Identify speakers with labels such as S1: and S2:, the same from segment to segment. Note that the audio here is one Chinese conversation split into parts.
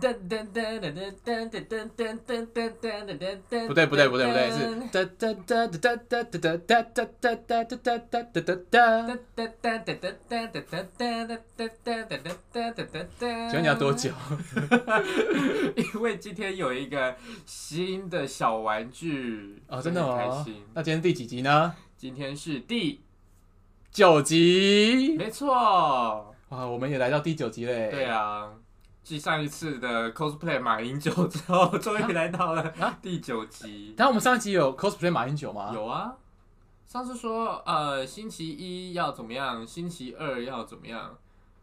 S1: 噔噔噔噔噔噔噔噔噔噔噔噔噔噔。
S2: 不对不对不对不对，是哒哒哒哒哒哒哒哒哒哒哒哒哒哒哒哒。
S1: 噔噔噔噔噔噔噔噔噔噔噔噔噔噔噔噔。
S2: 请问你要多？久？
S1: 因为今天有一个新的小玩具
S2: 哦，真的
S1: 很
S2: 哦
S1: 开心。。
S2: 那今天第几集呢？
S1: 今天是第，
S2: 九集。
S1: 没错，
S2: 哇，我们也来到第九集嘞。
S1: 对啊。继上一次的 cosplay 马英九之后，终于来到了
S2: 啊
S1: 第九集。
S2: 但我们上一集有 cosplay 马英九吗？
S1: 有啊，上次说呃星期一要怎么样，星期二要怎么样，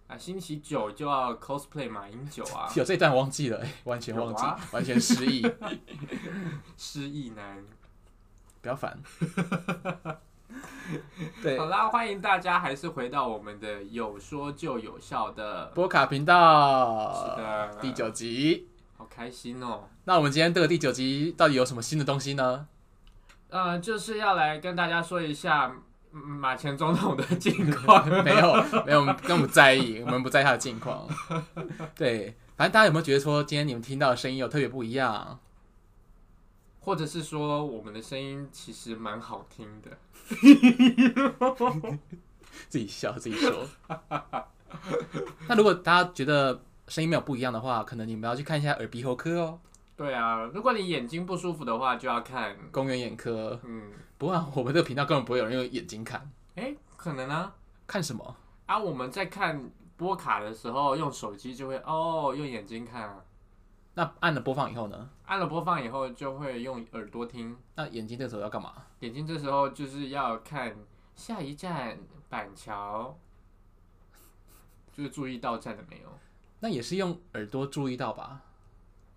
S1: 啊星期九就要 cosplay 马英九啊
S2: ，有这一段忘记了，哎完全忘记
S1: 有啊，
S2: 完全失忆，
S1: 失忆男。
S2: 不 要烦。对
S1: 好，啦，欢迎大家还是回到我们的有说就有笑的，
S2: 波卡频
S1: 是
S2: 道
S1: 的，
S2: 呃第，九集。
S1: 好开心哦。
S2: 那我们今天这个第九集到底有什么新的东西呢？。
S1: 呃，就是要来跟大家说一下嗯马前总统的近况
S2: 没有，没有，我们根本不在意，我们不在意他的近况。对，反正大家有没有觉得说，今天你们听到的声音有特别不一样？
S1: 或者是说我们的声音其实蛮好听的，
S2: 自己笑自己说。那如果大家觉得声音没有不一样的话，可能你们要去看一下耳鼻喉科哦，
S1: 对啊，如果你眼睛不舒服的话，就要看，
S2: 公园眼科。
S1: 嗯，
S2: 不过啊我们这个频道根本不会有人用眼睛看，
S1: 哎、可能啊，
S2: 看什么？
S1: 啊，我们在看波卡的时候，用手机就会哦，用眼睛看啊，
S2: 那按了播放以后呢？
S1: 按了播放以后就会用耳朵听，
S2: 那眼睛这个时候要干嘛？
S1: 眼睛这时候就是要看下一站板桥，就是注意到站了没有？
S2: 那也是用耳朵注意到吧？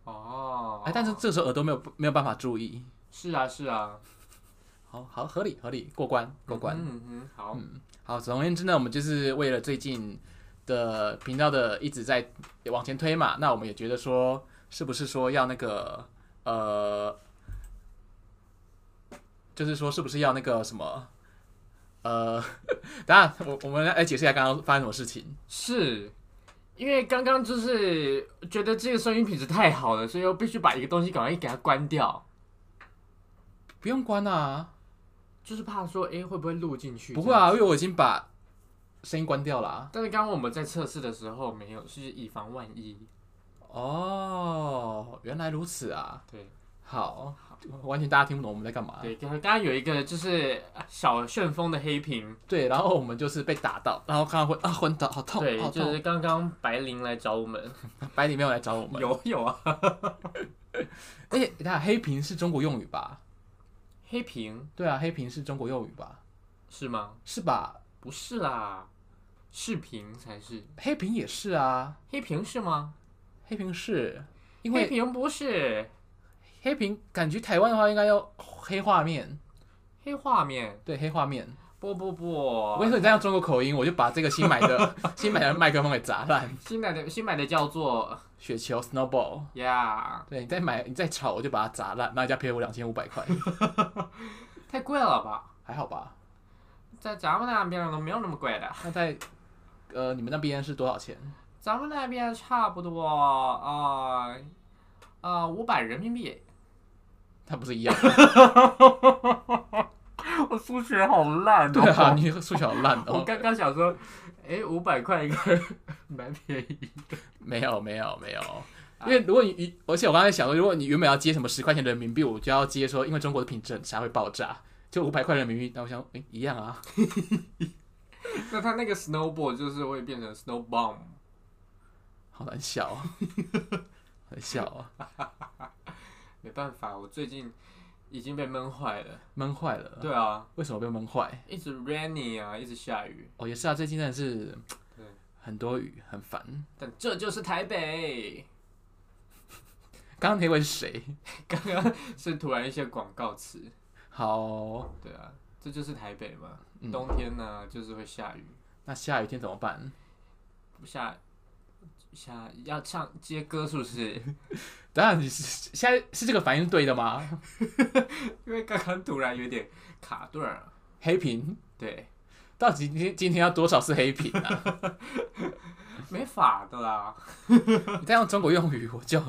S1: 哦，
S2: 哎，但是这时候耳朵没有没有办法注意，
S1: 是啊是啊，
S2: 好好合理合理过关过关。
S1: 嗯哼嗯哼，好，
S2: 好，总而言之呢，我们就是为了最近的频道的一直在往前推嘛，那我们也觉得说，是不是说要那个呃，就是说是不是要那个什么呃， 等一下我我们来解释一下刚刚发生什么事情。
S1: 是。因为刚刚就是觉得这个声音品质太好了，所以又必须把一个东西赶快给它关掉，
S2: 不用关啊，
S1: 就是怕说，哎、会不会录进去？
S2: 不会啊，因为我已经把声音关掉了啊、
S1: 但是刚刚我们在测试的时候没有，是以防万一。
S2: 哦，原来如此啊。
S1: 对
S2: 好，完全大家听不懂我们在干嘛。
S1: 对，刚刚刚有一个就是啊小旋风的黑屏，
S2: 对，然后我们就是被打到，然后看到会啊昏倒，好痛，
S1: 对
S2: 好，
S1: 就
S2: 痛。
S1: 是刚刚白灵来找我们，
S2: 白里没有来找我们，
S1: 有有啊，
S2: 而且等一下黑屏是中国用语吧？
S1: 黑屏
S2: 对啊，黑屏是中国用语吧？
S1: 是吗？
S2: 是吧？
S1: 不是啦，视频才是
S2: 黑屏也是啊，
S1: 黑屏是吗？
S2: 黑屏是因
S1: 黑
S2: 为
S1: 屏不是
S2: 黑屏感觉台湾的话应该要黑画面，
S1: 黑画面，
S2: 对黑画面。
S1: 不不
S2: 我跟
S1: 不，
S2: 你说，你再用中国口音，我就把这个新买 的新买的麦克风给砸烂。
S1: 新买的新买的叫做
S2: 雪球 snowball，
S1: 呀
S2: 对你再买你再炒，我就把它砸烂，那人家赔我两千五百块，
S1: 太贵了吧，
S2: 还好吧？
S1: 在咱们那边都没有那么贵的。
S2: 那在呃你们那边是多少钱？
S1: 咱们那边差不多啊啊五百人民币。
S2: 它不是一样？
S1: 我数学好烂 哦
S2: 对 啊，你数学好烂
S1: 我
S2: 哦。
S1: 刚刚想说，哎，五百块一个 蛮便宜。
S2: 没有没有没有，
S1: 啊
S2: 因为如果你，而且我刚才想说，如果你原本要接什么十块钱人民币，我就要接说，因为中国的品质很差会爆炸，就五百块人民币。那我想，诶一样啊，
S1: 那它那个 snowball 就是会变成 snow bomb，
S2: 好难笑、哦，很笑、哦，
S1: 没办法，我最近已经被闷坏了。
S2: 闷坏了。
S1: 对啊，
S2: 为什么被闷坏？
S1: 一直 rainy 啊，一直下雨。
S2: 哦，也是啊，最近真的是
S1: 对
S2: 很多雨，很烦。
S1: 但这就是台北。
S2: 刚刚那位是谁？
S1: 刚刚是突然一些广告词。
S2: 好，
S1: 对啊，这就是台北嘛。
S2: 嗯
S1: 冬天呢、就是会下雨。
S2: 那下雨天怎么办？
S1: 下下要唱接歌是不是？
S2: 当然，你是现在是这个反应对的吗？
S1: 因为刚刚突然有点卡顿儿啊。
S2: 黑屏，
S1: 对，
S2: 到底今今天要多少是黑屏啊？
S1: 没法的啦。
S2: 你再用中国用语，我就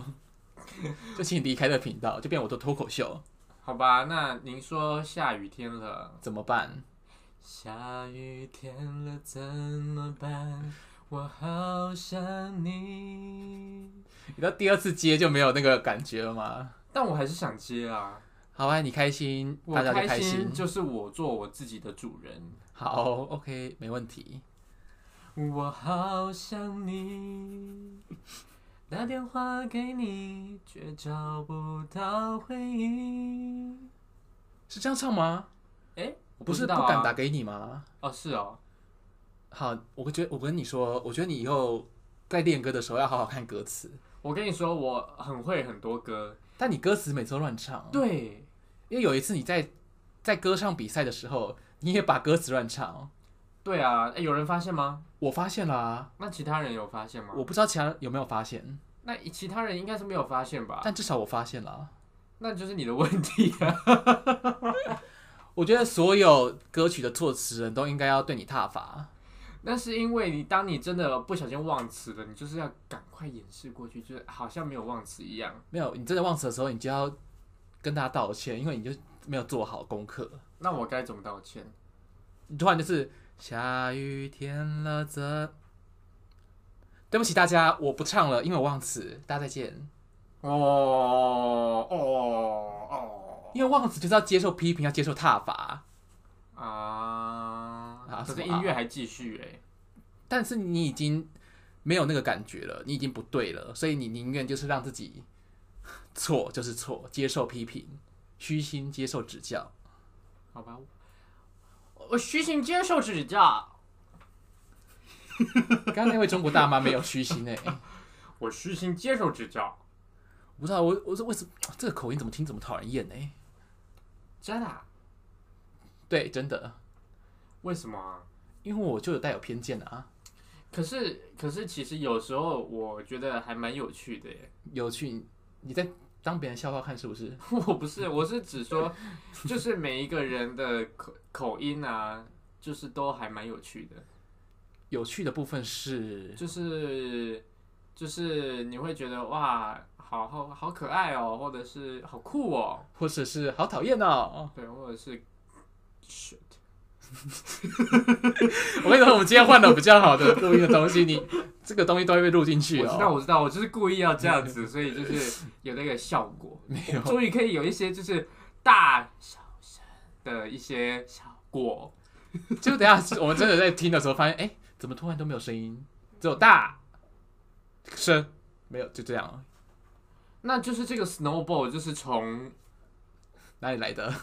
S2: 就请你离开这个频道，就变我的脱口秀，
S1: 好吧，那您说下雨天了，
S2: 怎么办？
S1: 下雨天了怎么办？我好想你，
S2: 你到第二次接就没有那个感觉了吗？
S1: 但我还是想接啊。
S2: 好啊，你开心，
S1: 我
S2: 大家就
S1: 开
S2: 心。
S1: 就是我做我自己的主人。
S2: 好，OK，没问题。
S1: 我好想你，打电话给你却找不到回应。
S2: 是这样唱吗？
S1: 哎，我
S2: 不
S1: 知
S2: 是
S1: 道
S2: 不
S1: 啊
S2: 敢打给你吗？
S1: 哦，是哦，
S2: 好，我觉得我跟你说，我觉得你以后在练歌的时候要好好看歌词，
S1: 我跟你说，我很会很多歌。
S2: 但你歌词每次都乱唱。
S1: 对，
S2: 因为有一次你在在歌唱比赛的时候，你也把歌词乱唱，
S1: 对啊，哎，有人发现吗？
S2: 我发现啦、
S1: 那其他人有发现吗？
S2: 我不知道其他人有没有发现，
S1: 那其他人应该是没有发现吧？
S2: 但至少我发现了。
S1: 那就是你的问题啊。
S2: 我觉得所有歌曲的作词人都应该要对你踏伐。
S1: 那是因为你当你真的不小心忘词了，你就是要赶快掩饰过去，就是好像没有忘词一样。
S2: 没有，你真的忘词的时候，你就要跟大家道歉，因为你就没有做好功课。
S1: 那我该怎么道歉？
S2: 你突然就是下雨天了怎？对不起大家，我不唱了，因为我忘词。大家再见。
S1: 哦哦
S2: 因为忘词就是要接受批评，要接受踏伐。
S1: 哦啊！
S2: 啊
S1: 可是
S2: 什么啊
S1: 音乐还继续哎、
S2: 但是你已经没有那个感觉了，你已经不对了，所以你宁愿就是让自己错就是错，接受批评，虚心接受指教。
S1: 好吧，我我虚心接受指教，
S2: 刚刚那位中国大妈没有虚心哎、
S1: 我虚心接受指教，
S2: 我不知道我我是为什么这个口音怎么听怎么讨人厌哎、
S1: 真的啊？
S2: 对，真的，
S1: 为什么啊？
S2: 因为我就有带有偏见啊。
S1: 可是可是，其实有时候我觉得还蛮有趣的耶。
S2: 有趣，你在当别人笑话看是不是？
S1: 我不是，我是指 说，就是每一个人的口口音啊，就是都还蛮有趣的。
S2: 有趣的部分是
S1: 就是就是你会觉得哇，好好好可爱哦，或者是好酷哦，
S2: 或者是好讨厌哦。
S1: 对，或者是 shit，
S2: 我跟你说，我们今天换了比较好的录音的东西，你这个东西都会被录进去
S1: 我
S2: 哦。
S1: 知道我知道，我就是故意要这样 子，所以就是有那个效果，
S2: 没有，
S1: 终于可以有一些就是大小声的一些效果，
S2: 就等一下我们真的在听的时候，发现哎、诶怎么突然都没有声音，只有大声，没有，就这样了。
S1: 那就是这个 snowball 就是从
S2: 哪里来的？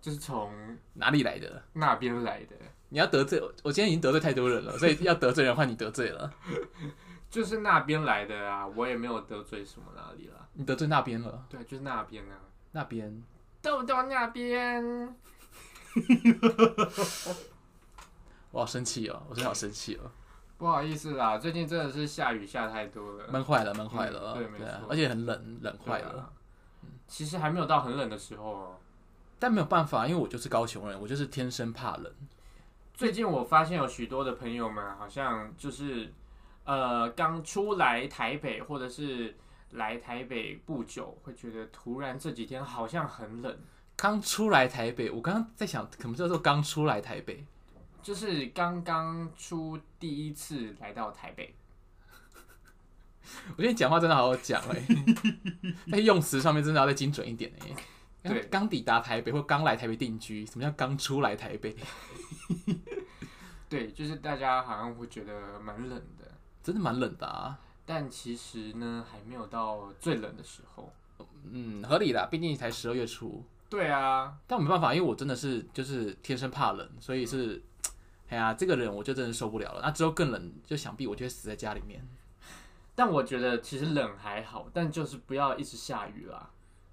S1: 就是从
S2: 哪里来的？
S1: 那边来的，
S2: 你要得罪我，我今天已经得罪太多人了，所以要得罪人换你得罪了，
S1: 就是那边来的啊，我也没有得罪什么哪里啦，
S2: 你得罪那边了，
S1: 对，就是那边啊，
S2: 那边
S1: 豆豆那边。
S2: 我好生气哦，我真的好生气 哦，
S1: 不好意思啦，最近真的是下雨下太多了，
S2: 闷坏了，闷坏了，
S1: 嗯对没
S2: 啊
S1: 错
S2: 而且很冷，冷坏
S1: 对
S2: 了。
S1: 啊。其实还没有到很冷的时候哦。
S2: 但没有办法，因为我就是高雄人，我就是天生怕冷。
S1: 最近我发现有许多的朋友们好像就是呃刚出来台北，或者是来台北不久，会觉得突然这几天好像很冷，
S2: 刚出来台北，我刚刚在想，可能叫做刚出来台北，
S1: 就是刚刚出第一次来到台北。
S2: 我觉得你讲话真的好好讲哎、 在用词上面真的要再精准一点哎、
S1: 对
S2: 刚刚抵达台北或刚来台北定居，什么叫刚出来台北？
S1: 对，就是大家好像会觉得蛮冷的，
S2: 真的蛮冷的啊。
S1: 但其实呢还没有到最冷的时候。
S2: 嗯，合理啦，毕竟才十二月初。
S1: 对啊，
S2: 但我没办法，因为我真的是就是天生怕冷，所以是，哎呀，这个冷我就真的受不了了。那之后更冷，就想必我就会死在家里面。
S1: 但我觉得其实冷还好，但就是不要一直下雨啦。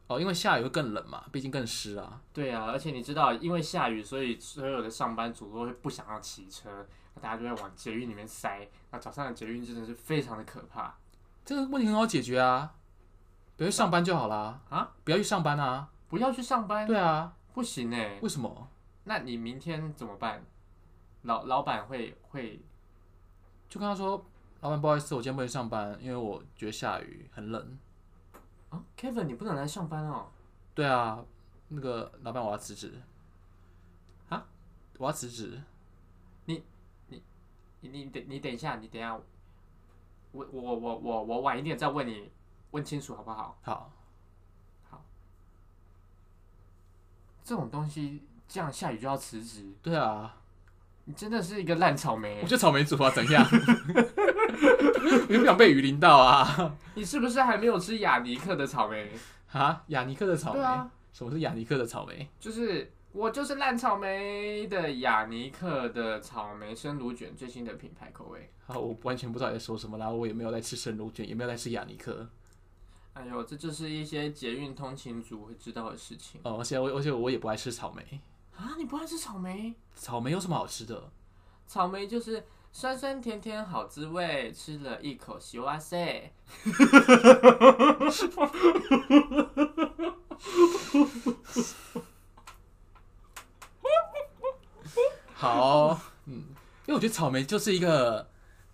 S2: 哦，因为下雨会更冷嘛，毕竟更湿啊。
S1: 对啊，而且你知道，因为下雨，所以所有的上班族都会不想要骑车，那大家就会往捷运里面塞。那早上的捷运真的是非常的可怕。
S2: 这个问题很好解决啊，不要去上班就好啦。
S1: 啊，
S2: 不要去上班啊。
S1: 不要去上班，
S2: 对啊，
S1: 不行哎、
S2: 为什么？
S1: 那你明天怎么办？老老板会会
S2: 就跟他说，老板不好意思，我今天不能上班，因为我觉得下雨很冷。
S1: 啊，Kevin，你不能来上班哦。
S2: 对啊，那个老板我要辞职。
S1: 啊？
S2: 我要辞职。
S1: 你你等你等一下，你等一下，我我我我我晚一点再问你，问清楚好不好？
S2: 好，
S1: 这种东西这样下雨就要辞职，
S2: 对啊，
S1: 你真的是一个烂草莓
S2: 我。就草莓族啊，怎样？ 我就不想被雨淋到啊！
S1: 你是不是还没有吃雅尼克的草莓？
S2: 啊，雅尼克的草莓？
S1: 对啊，
S2: 什么是雅尼克的草莓？
S1: 就是我就是烂草莓的雅尼克的草莓生乳卷最新的品牌口味。
S2: 啊，我完全不知道你在说什么，然后我也没有在吃生乳卷，也没有在吃雅尼克。
S1: 哎呦，这就是一些捷运通勤族会知道的事情
S2: 哦，而且我而且我也不爱吃草莓，
S1: 啊！你不爱吃草莓？
S2: 草莓有什么好吃的？
S1: 草莓就是酸酸甜甜好滋味，吃了一口西哇塞。
S2: 好，嗯，因为我觉得草莓就是一个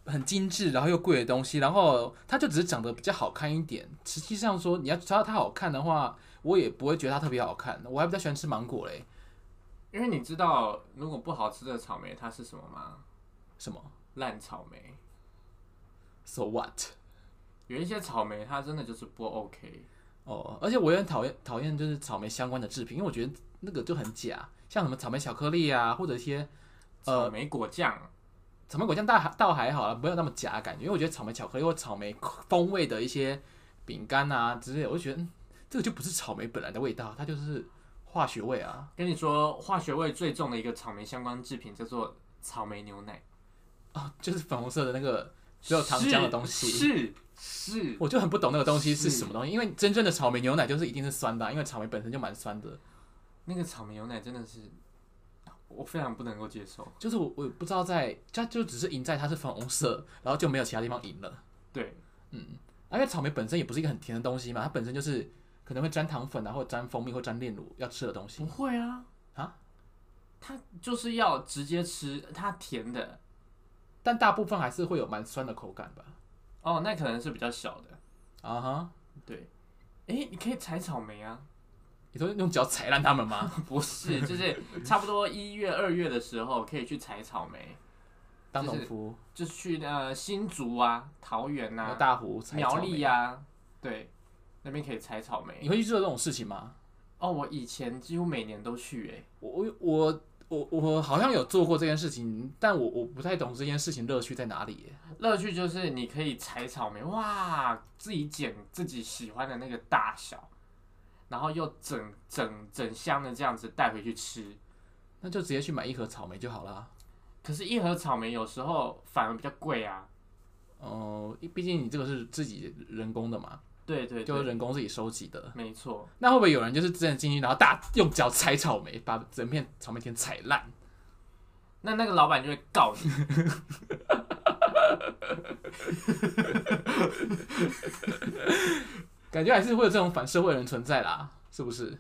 S2: 很精致，然后又贵的东西，然后它就只是长得比较好看一点。实际上说，你要知道它好看的话，我也不会觉得它特别好看。我还比较喜欢吃芒果嘞。
S1: 因为你知道，如果不好吃的草莓它是什么吗？
S2: 什么
S1: 烂草莓。
S2: ？So what？
S1: 有一些草莓它真的就是不 OK。
S2: 哦，而且我也很讨厌讨厌就是草莓相关的制品，因为我觉得那个就很假，像什么草莓巧克力啊，或者一些
S1: 草莓果酱、
S2: 草莓果酱倒还倒还好啦，不要那么假的感觉，因为我觉得草莓巧克力或草莓风味的一些饼干啊之类的，我就觉得、嗯这个就不是草莓本来的味道，它就是化学味啊。
S1: 跟你说，化学味最重的一个草莓相关制品叫做草莓牛奶，
S2: 啊，就是粉红色的那个只有糖浆的东西。
S1: 是是是
S2: 我就很不懂那个东西
S1: 是
S2: 是什么东西，因为真正的草莓牛奶就是一定是酸的啊、因为草莓本身就蛮酸的。
S1: 那个草莓牛奶真的是我非常不能够接受。
S2: 就是我我也不知道在，它就只是赢在它是粉红色，然后就没有其他地方赢了。
S1: 对，
S2: 啊，因为草莓本身也不是一个很甜的东西嘛，它本身就是可能会沾糖粉啊，或者沾蜂蜜，或沾炼乳要吃的东西
S1: 不。会啊
S2: 啊，
S1: 它就是要直接吃它甜的
S2: 但大部分还是会有蛮酸的口感吧。
S1: 哦，那可能是比较小的。
S2: 啊哈，
S1: 对，诶，你可以采草莓啊？
S2: 你说用脚踩烂它们吗？
S1: 不是，就是差不多一月、二月的时候可以去采草莓，
S2: 当农夫，
S1: 就去呃新竹啊、桃园
S2: 然后
S1: 啊、
S2: 大湖踩
S1: 苗
S2: 草
S1: 栗
S2: 莓。
S1: 啊，对，那边可以采草莓。
S2: 你会去做这种事情吗？
S1: 哦，我以前几乎每年都去诶、
S2: 我我我我我好像有做过这件事情，但我我不太懂这件事情乐趣在哪里耶。
S1: 乐趣就是你可以采草莓，哇，自己剪自己喜欢的那个大小，然后又整整整箱的这样子带回去吃。
S2: 那就直接去买一盒草莓就好啦。
S1: 可是，一盒草莓有时候反而比较贵啊。
S2: 哦、毕竟你这个是自己人工的嘛，
S1: 对对
S2: 就是
S1: 对，
S2: 人工自己收集的。
S1: 没错。
S2: 那会不会有人就是真的进去，然后大用脚踩草莓，把整片草莓田踩烂？
S1: 那那个老板就会告你。
S2: 感觉还是会有这种反社会人存在啦，是不是？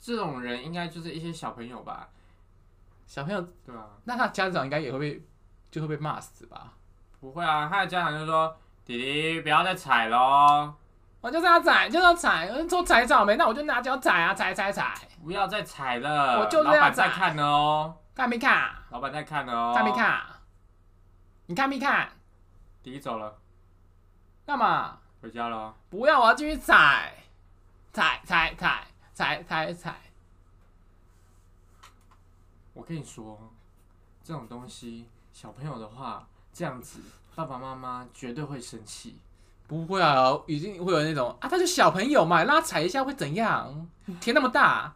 S1: 这种人应该就是一些小朋友吧？
S2: 小朋友，
S1: 对啊，
S2: 那他家长应该也会被就会被骂死吧？
S1: 不会啊，他的家长就说：“弟弟，不要再踩喽，
S2: 我哦就是要踩，就是要踩，有人说踩草莓，那我就拿脚踩啊，踩踩踩，
S1: 不要再踩了。”
S2: 我就是要
S1: 老板
S2: 踩
S1: 在看呢哦，
S2: 看没看？
S1: 老板在看呢哦，
S2: 看没？看？你看没看？
S1: 弟弟走了，
S2: 干嘛？
S1: 回家了哦。
S2: 不要，我要继续踩，踩踩踩踩踩踩。
S1: 我跟你说，这种东西，小朋友的话，这样子，爸爸妈妈绝对会生气。
S2: 不会啊，已经会有那种啊，他就小朋友嘛，让他踩一下会怎样？田那么大。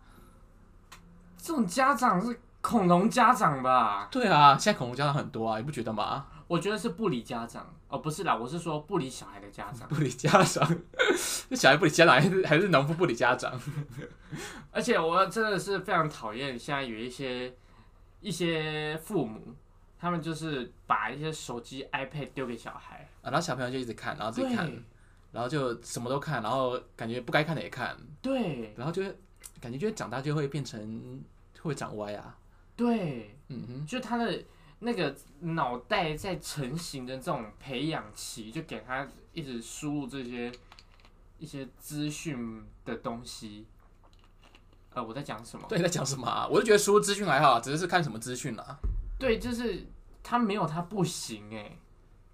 S1: 这种家长是恐龙家长吧？
S2: 对啊，现在恐龙家长很多啊，你不觉得吗？
S1: 我觉得是不理家长哦，不是啦，我是说不理小孩的家 长。
S2: 不理家长，这小孩不理家长，还是还是农夫不理家长？
S1: 而且我真的是非常讨厌现在有一些一些父母，他们就是把一些手机、iPad 丢给小孩，
S2: 啊，然后小朋友就一直看，然后自己看，
S1: 对
S2: 然后就什么都看，然后感觉不该看的也看，
S1: 对，
S2: 然后就会感觉就会长大就会变成会长歪啊。
S1: 对，
S2: 嗯哼，
S1: 就他的那个脑袋在成型的这种培养期，就给他一直输入这些一些资讯的东西。呃，我在讲什么？
S2: 对，你在讲什么、啊？我就觉得输入资讯还好啊，只是是看什么资讯啊啦。
S1: 对，就是他没有他不行哎、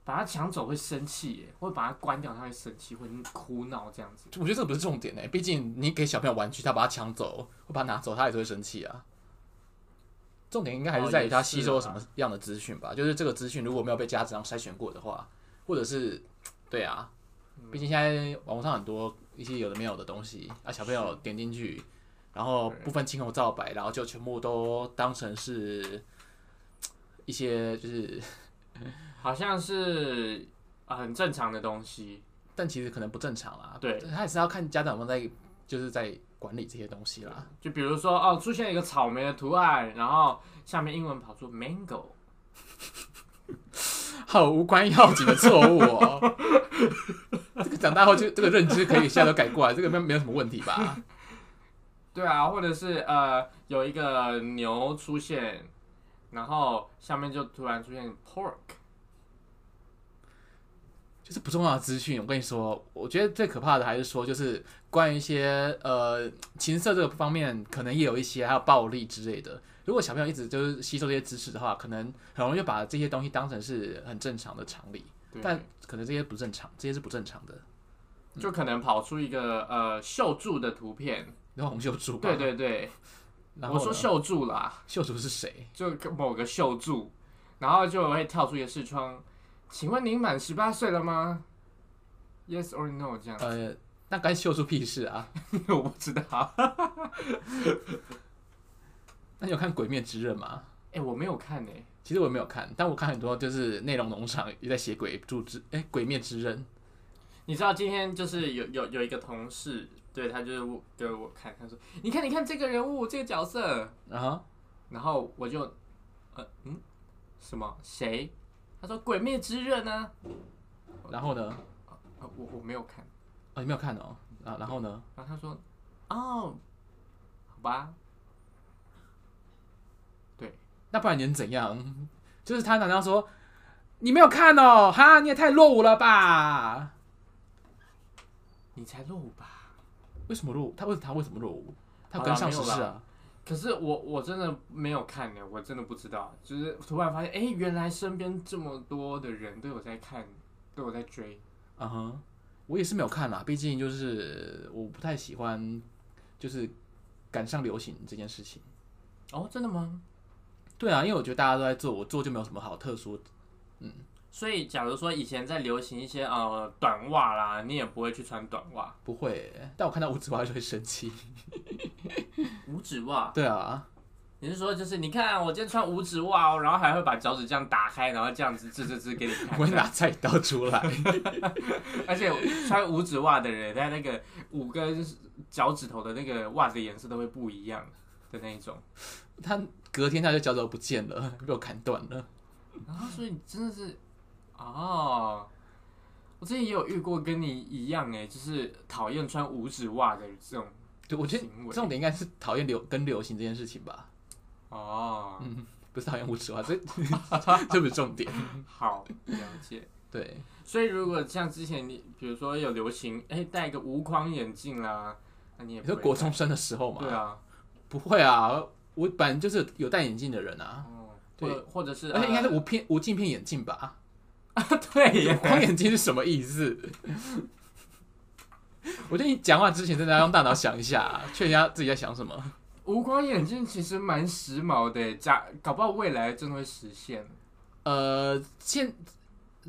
S1: 把他抢走会生气哎、会把他关掉他会生气，会哭闹这样子。
S2: 我觉得这不是重点呢、欸毕竟你给小朋友玩具，他把它抢走，或把它拿走，他也是会生气啊。重点应该还是在于他吸收了什么样的资讯吧，就是这个资讯如果没有被家长筛选过的话，或者是对啊，毕竟现在网络上很多一些有的没有的东西啊，小朋友点进去，然后不分青红皂白，然后就全部都当成是一些就是，
S1: 好像是、呃、很正常的东西。
S2: 但其实可能不正常啦。
S1: 对
S2: 他也是要看家长有没有在就是在管理这些东西啦。
S1: 就比如说哦，出现一个草莓的图案，然后下面英文跑出 mango，
S2: 好无关要紧的错误 哦。这个长大后就这个认知可以一下都改过来，这个没有没有什么问题吧？
S1: 对啊，或者是呃有一个牛出现，然后下面就突然出现 pork，
S2: 就是不重要的资讯，我跟你说，我觉得最可怕的还是说，就是关于一些呃情色这个方面，可能也有一些，还有暴力之类的。如果小朋友一直就是吸收这些知识的话，可能很容易就把这些东西当成是很正常的常理，
S1: 对，
S2: 但可能这些不正常，这些是不正常的。
S1: 就可能跑出一个呃秀柱的图片，
S2: 然后红袖珠，
S1: 对，对对，
S2: 然后
S1: 我
S2: 呢
S1: 说秀柱啦，
S2: 秀珠是谁？
S1: 就某个秀柱，然后就会跳出一个视窗，请问您满十八岁了吗？Yes or no 这样，
S2: 呃，那该秀珠屁事啊！
S1: 我不知道，
S2: 那你有看《鬼灭之刃》吗？
S1: 哎、我没有看哎、
S2: 其实我也没有看，但我看很多就是内容农场也在写鬼柱之哎、鬼灭之刃，
S1: 你知道今天就是有有有一个同事，对他就是给我看，他说：“你看，你看这个人物，这个角色。
S2: 然后”
S1: 然后我就，呃，嗯，什么谁？他说《鬼灭之刃》呢？
S2: 然后呢？
S1: 呃我我没有看。
S2: 啊、你没有看哦，啊，然后呢？
S1: 然后他说：“哦，好吧。
S2: 那不然你能怎样？就是他难道说你没有看哦？哈，你也太落伍了吧？”
S1: 你才落伍吧？
S2: 为什么落伍？他为他为什么落伍？他
S1: 好啦
S2: 跟上时
S1: 没
S2: 事
S1: 有
S2: 啊，
S1: 可是我我真的没有看呢，我真的不知道。就是突然发现，哎，原来身边这么多的人都有在看，都有在追。
S2: 啊哼，我也是没有看啦，毕竟就是我不太喜欢就是赶上流行这件事情。
S1: 哦，真的吗？
S2: 对啊，因为我觉得大家都在做，我做就没有什么好特殊
S1: 所以，假如说以前在流行一些呃短袜啦，你也不会去穿短袜，
S2: 不会，但我看到五指蛙就会生气。
S1: 五指袜。
S2: 对啊，
S1: 你是说就是你看我今天穿五指袜哦，然后还会把脚趾这样打开，然后这样子吱吱吱给你看。
S2: 我会拿菜刀出来。
S1: 而且穿五指袜的人，他那个五根脚趾头的那个袜子颜色都会不一样的那一种。
S2: 他隔天他就脚趾头不见了，被我砍断了。
S1: 然后，所以你真的是，哦，我之前也有遇过跟你一样哎，就是讨厌穿五指袜的这种
S2: 对，我觉得
S1: 行为
S2: 重点应该是讨厌流跟流行这件事情吧，
S1: 哦。
S2: 不是讨厌无耻化，这 这不是重点。
S1: 好，了解。
S2: 对，
S1: 所以如果像之前你，比如说有流行，哎、戴个无框眼镜啦，那你也
S2: 你
S1: 不会
S2: 说国中生的时候
S1: 对
S2: 嘛，
S1: 啊，
S2: 不会啊，我本来就是有戴眼镜的人啊，
S1: 哦，
S2: 对
S1: 或者或者是，
S2: 而且应该是无片无镜片眼镜吧？
S1: 呃对耶，
S2: 光眼镜是什么意思？ 我觉得你讲话之前真的要用大脑想一下，啊确认一下自己在想什么。
S1: 无框眼镜其实蛮时髦的耶，假搞不好未来真的会实现。
S2: 呃，现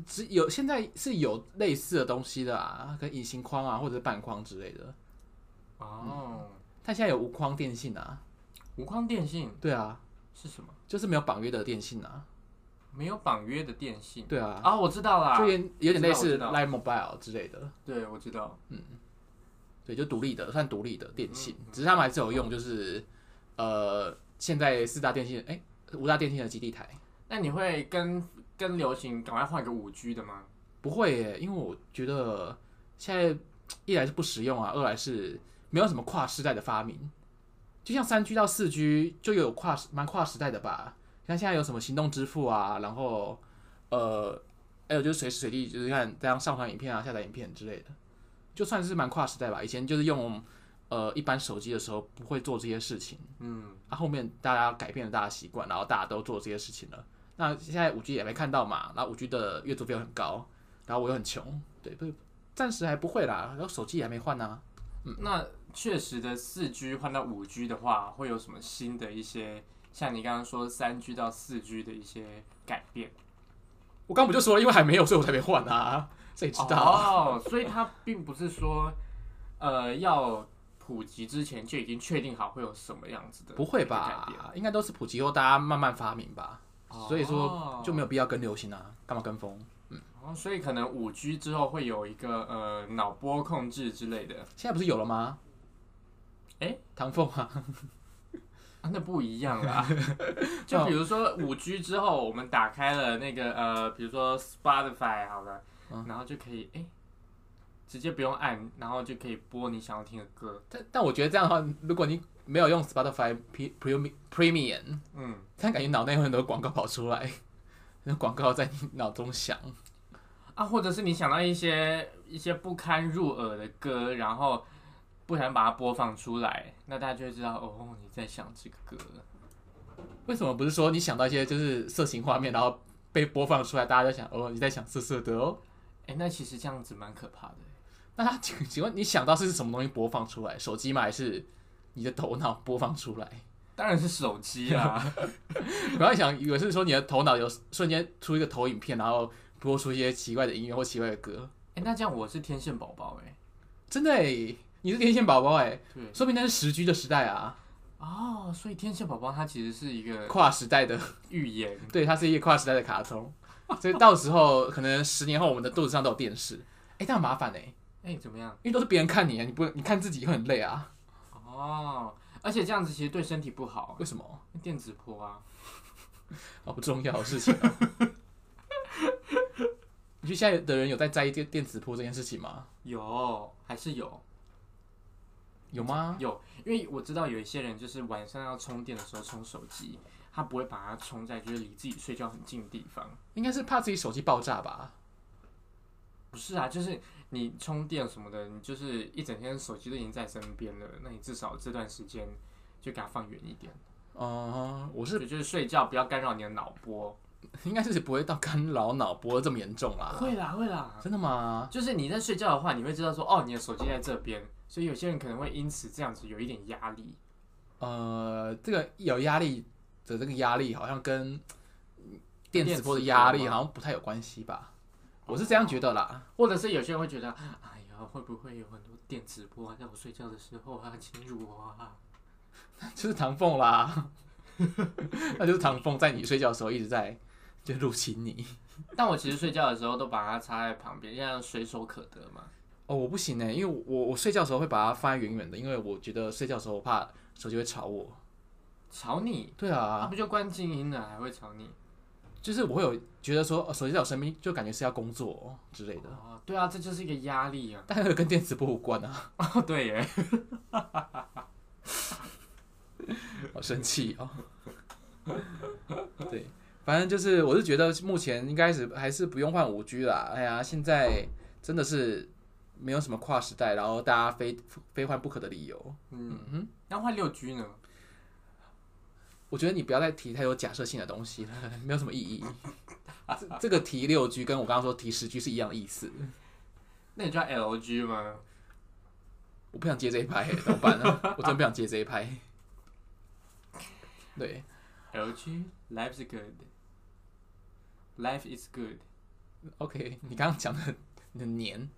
S2: 只有现在是有类似的东西的啊，跟隐形框啊，或者是半框之类的。
S1: 哦，
S2: 它现在有无框电信啊，
S1: 无框电信
S2: 对啊，
S1: 是什么？
S2: 就是没有绑约的电信啊，
S1: 没有绑约的电信
S2: 对啊，
S1: 啊、我知道啦
S2: 就，有有点类似
S1: 知道我
S2: Line Mobile 之类的，
S1: 对，我知道。
S2: 对，就独立的，算独立的电信
S1: 嗯，
S2: 只是他们还是有用，就是呃，现在四大电信，哎、五大电信的基地台
S1: 那你会跟跟流行赶快换个五 G 的吗？
S2: 不会耶，因为我觉得现在一来是不实用啊，二来是没有什么跨世代的发明。就像三 G 到四 G 就有跨时蛮跨时代的吧。像现在有什么行动支付啊，然后呃，还有就是随时随地就是看这样上传影片啊、下载影片之类的，就算是蛮跨时代吧。以前就是用呃一般手机的时候不会做这些事情，
S1: 嗯，
S2: 啊，后面大家改变了大家习惯，然后大家都做这些事情了。那现在五 G 也没看到嘛，然后五 G 的月租费又很高，然后我又很穷，对，不，暂时还不会啦，然后手机也还没换呢、啊嗯
S1: 那确实的四 G 换到五 G 的话，会有什么新的一些，像你刚刚说三 G 到四 G 的一些改变？
S2: 我刚不就说了，因为还没有，所以我才没换啊， 谁知道？
S1: 哦，所以它并不是说，呃，要普及之前就已经确定好会有什么样子的，
S2: 不会
S1: 改变？
S2: 吧？应该都是普及后大家慢慢发明吧，所以说
S1: 哦
S2: 就没有必要跟流行啊，干嘛跟风？
S1: 哦，所以可能五 G 之后会有一个呃脑波控制之类的，
S2: 现在不是有了吗？
S1: 诶
S2: 唐凤啊，
S1: 啊、那不一样 啦。就比如说五 G 之后，我们打开了那个呃，比如说 Spotify 好了，
S2: 嗯
S1: 然后就可以哎、直接不用按，然后就可以播你想要听的歌。
S2: 但但我觉得这样的话，如果你没有用 Spotify P- Premium Premium，
S1: 嗯，
S2: 但感觉脑内会有很多广告跑出来，那广告在你脑中响。
S1: 啊，或者是你想到一些一些不堪入耳的歌，然后不想把它播放出来，那大家就会知道哦，你在想这个歌。
S2: 为什么不是说你想到一些就是色情画面，然后被播放出来，大家就想哦你在想色色的哦？
S1: 哎、那其实这样子蛮可怕的。
S2: 那他请请问你想到是什么东西播放出来？手机吗？还是你的头脑播放出来？
S1: 当然是手机啊 啦，
S2: 我刚才想，以为是说你的头脑有瞬间出一个投影片，然后播出一些奇怪的音乐或奇怪的歌。
S1: 哎、那这样我是天线宝宝哎，
S2: 真的诶，你是天线宝宝哎，
S1: 对，
S2: 说明那是十 G 的时代啊，
S1: 哦，所以天线宝宝它其实是一个
S2: 跨时代的，
S1: 预言，
S2: 对，它是一个跨时代的卡通。所以到时候可能十年后，我们的肚子上都有电视。哎，但很麻烦哎，
S1: 哎、怎么样？
S2: 因为都是别人看你，啊，你不你看自己会很累啊。
S1: 哦，而且这样子其实对身体不好，
S2: 为什么？
S1: 电子波啊。
S2: 好不重要的事情、啊。 你觉得现在的人有在在意电电子波这件事情吗？
S1: 有还是有
S2: 有吗？
S1: 有，因为我知道有一些人就是晚上要充电的时候充手机，他不会把它充在就是离自己睡觉很近的地方。
S2: 应该是怕自己手机爆炸吧。
S1: 不是啊，就是你充电什么的，你就是一整天手机都已经在身边了，那你至少这段时间就给它放远一点。
S2: 嗯，我是
S1: 就就是睡觉不要干扰你的脑波。
S2: 应该是不会到干扰脑波这么严重啦。
S1: 会啦会啦，
S2: 真的吗？
S1: 就是你在睡觉的话，你会知道说哦，你的手机在这边，所以有些人可能会因此这样子有一点压力。
S2: 呃，这个有压力的这个压力好像跟嗯电磁波的
S1: 电磁波
S2: 压力
S1: 吗哦
S2: 好像不太有关系吧？我是这样觉得啦。
S1: 或者是有些人会觉得，哎呀，会不会有很多电磁波啊在我睡觉的时候啊侵入我啊？
S2: 就是唐凤啦， 那就是唐凤在你睡觉的时候一直在就入侵你。
S1: 但我其实睡觉的时候都把它插在旁边，这样随手可得嘛。
S2: 哦，我不行呢，因为我我睡觉的时候会把它放在远远的，因为我觉得睡觉的时候我怕手机会吵我。
S1: 吵你，
S2: 对啊，
S1: 啊、不就关静音了，还会吵你？
S2: 就是我会有觉得说、哦、手机在我身边就感觉是要工作之类的，
S1: 哦，对啊，这就是一个压力啊。
S2: 但是跟电磁波无关啊。
S1: 哦，对耶，
S2: 好生气哦。 对，反正就是，我是觉得目前应该是还是不用换五 G 啦。哎呀，现在真的是没有什么跨时代，然后大家非非换不可的理由。
S1: 嗯哼，那换六 G 呢？
S2: 我觉得你不要再提太多假设性的东西了， 没有什么意义。这这个提六 G 跟我刚刚说提十 G 是一样的意思。
S1: 那你叫 LG 吗？
S2: 我不想接这一拍、怎么办呢？我真不想接这一拍。对，
S1: LG life is good, life is good。
S2: OK，你刚刚讲的很黏，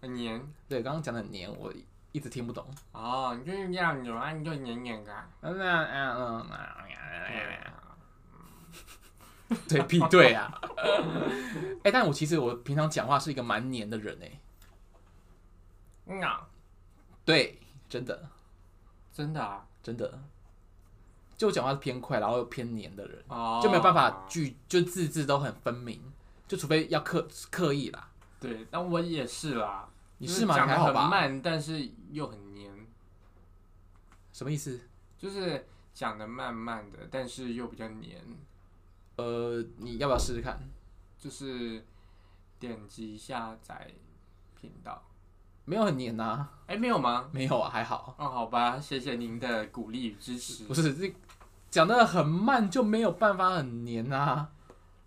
S1: 很黏
S2: 对，刚刚讲的很黏，我一直听不懂。
S1: 哦，你就是这样子啊，你就黏黏的、啊。
S2: 嗯嗯嗯
S1: 对
S2: 嗯，
S1: 啊
S2: 对，屁对啊！ 哎、但我其实我平常讲话是一个蛮黏的人哎、
S1: 嗯啊，
S2: 对，真的
S1: 真的啊，
S2: 真的，就我讲话是偏快，然后又偏黏的人，
S1: 哦，
S2: 就没有办法句就字字都很分明，就除非要刻刻意啦。
S1: 对，但我也是啦。
S2: 你
S1: 就是
S2: 吗？
S1: 讲
S2: 你还
S1: 的
S2: 好
S1: 很
S2: 吧？
S1: 慢，但是又很黏，
S2: 什么意思？
S1: 就是讲的慢慢的，但是又比较黏，
S2: 呃，你要不要试试看？
S1: 就是点击下载频道。
S2: 没有很黏 啊，
S1: 哎，没有吗？
S2: 没有啊，还好。
S1: 哦，好吧，谢谢您的鼓励与支持
S2: 不。是这讲的很慢就没有办法很黏啊。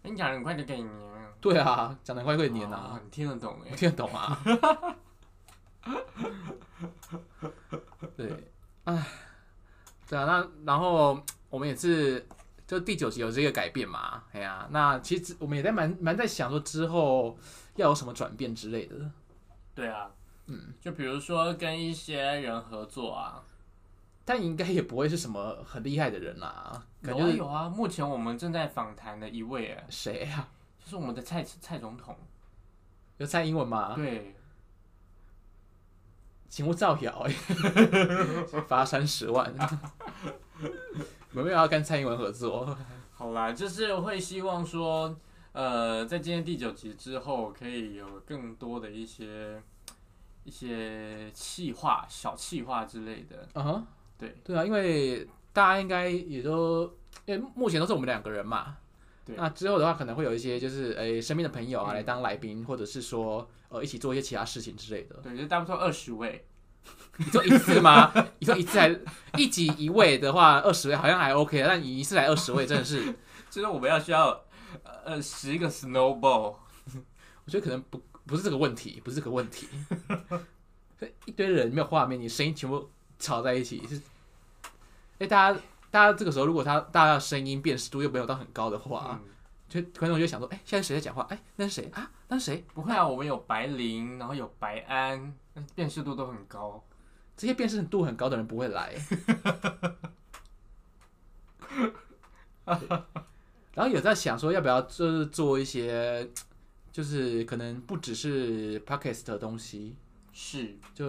S1: 哎你讲的很快就给你黏，
S2: 对啊，讲的快会黏
S1: 哦
S2: 啊，，
S1: 你听得懂
S2: 我
S1: 哎。
S2: 听得懂啊。对，哎，对啊，那然后我们也是，就第九集有这个改变嘛，哎呀、那其实我们也在蛮蛮在想说之后要有什么转变之类的。
S1: 对啊，嗯，就比如说跟一些人合作啊，
S2: 但应该也不会是什么很厉害的人啦、感
S1: 有
S2: 觉
S1: 啊
S2: 是
S1: 有啊。目前我们正在访谈的一位，哎，
S2: 谁啊？
S1: 就是我们的蔡蔡总统。
S2: 有蔡英文吗？
S1: 对，
S2: 请勿造谣、欸， 罚三十万。 我们没有要跟蔡英文合作，
S1: 好啦，就是会希望说，呃，在今天第九集之后，可以有更多的一些一些气化、小气化之类的。
S2: 嗯哼，
S1: 对
S2: 对啊，因为大家应该也都，因为目前都是我们两个人嘛。
S1: 对
S2: 那之后的话，可能会有一些就是诶、身边的朋友啊来当来宾，或者是说呃一起做一些其他事情之类的。
S1: 对，就差不多二十位。
S2: 你说一 次吗？你说一次还一集一位的话，二十位好像还 OK，但啊你一次来二十位真的是，
S1: 就是我们要需要呃十个 snowball，
S2: 我觉得可能不不是这个问题，不是这个问题。一堆人没有画面，你声音全部吵在一起是，哎、大家大家这个时候如果他大家的声音辨识度又没有到很高的话，
S1: 嗯
S2: 就观众就想说，哎、现在谁在讲话？哎、那是谁啊？那是谁？
S1: 不会啊，我们有白灵，然后有白安，那辨识度都很高。
S2: 这些辨识度很高的人不会来。 然后有在想说，要不要就是做一些，就是可能不只是 podcast 的东西，
S1: 是，
S2: 就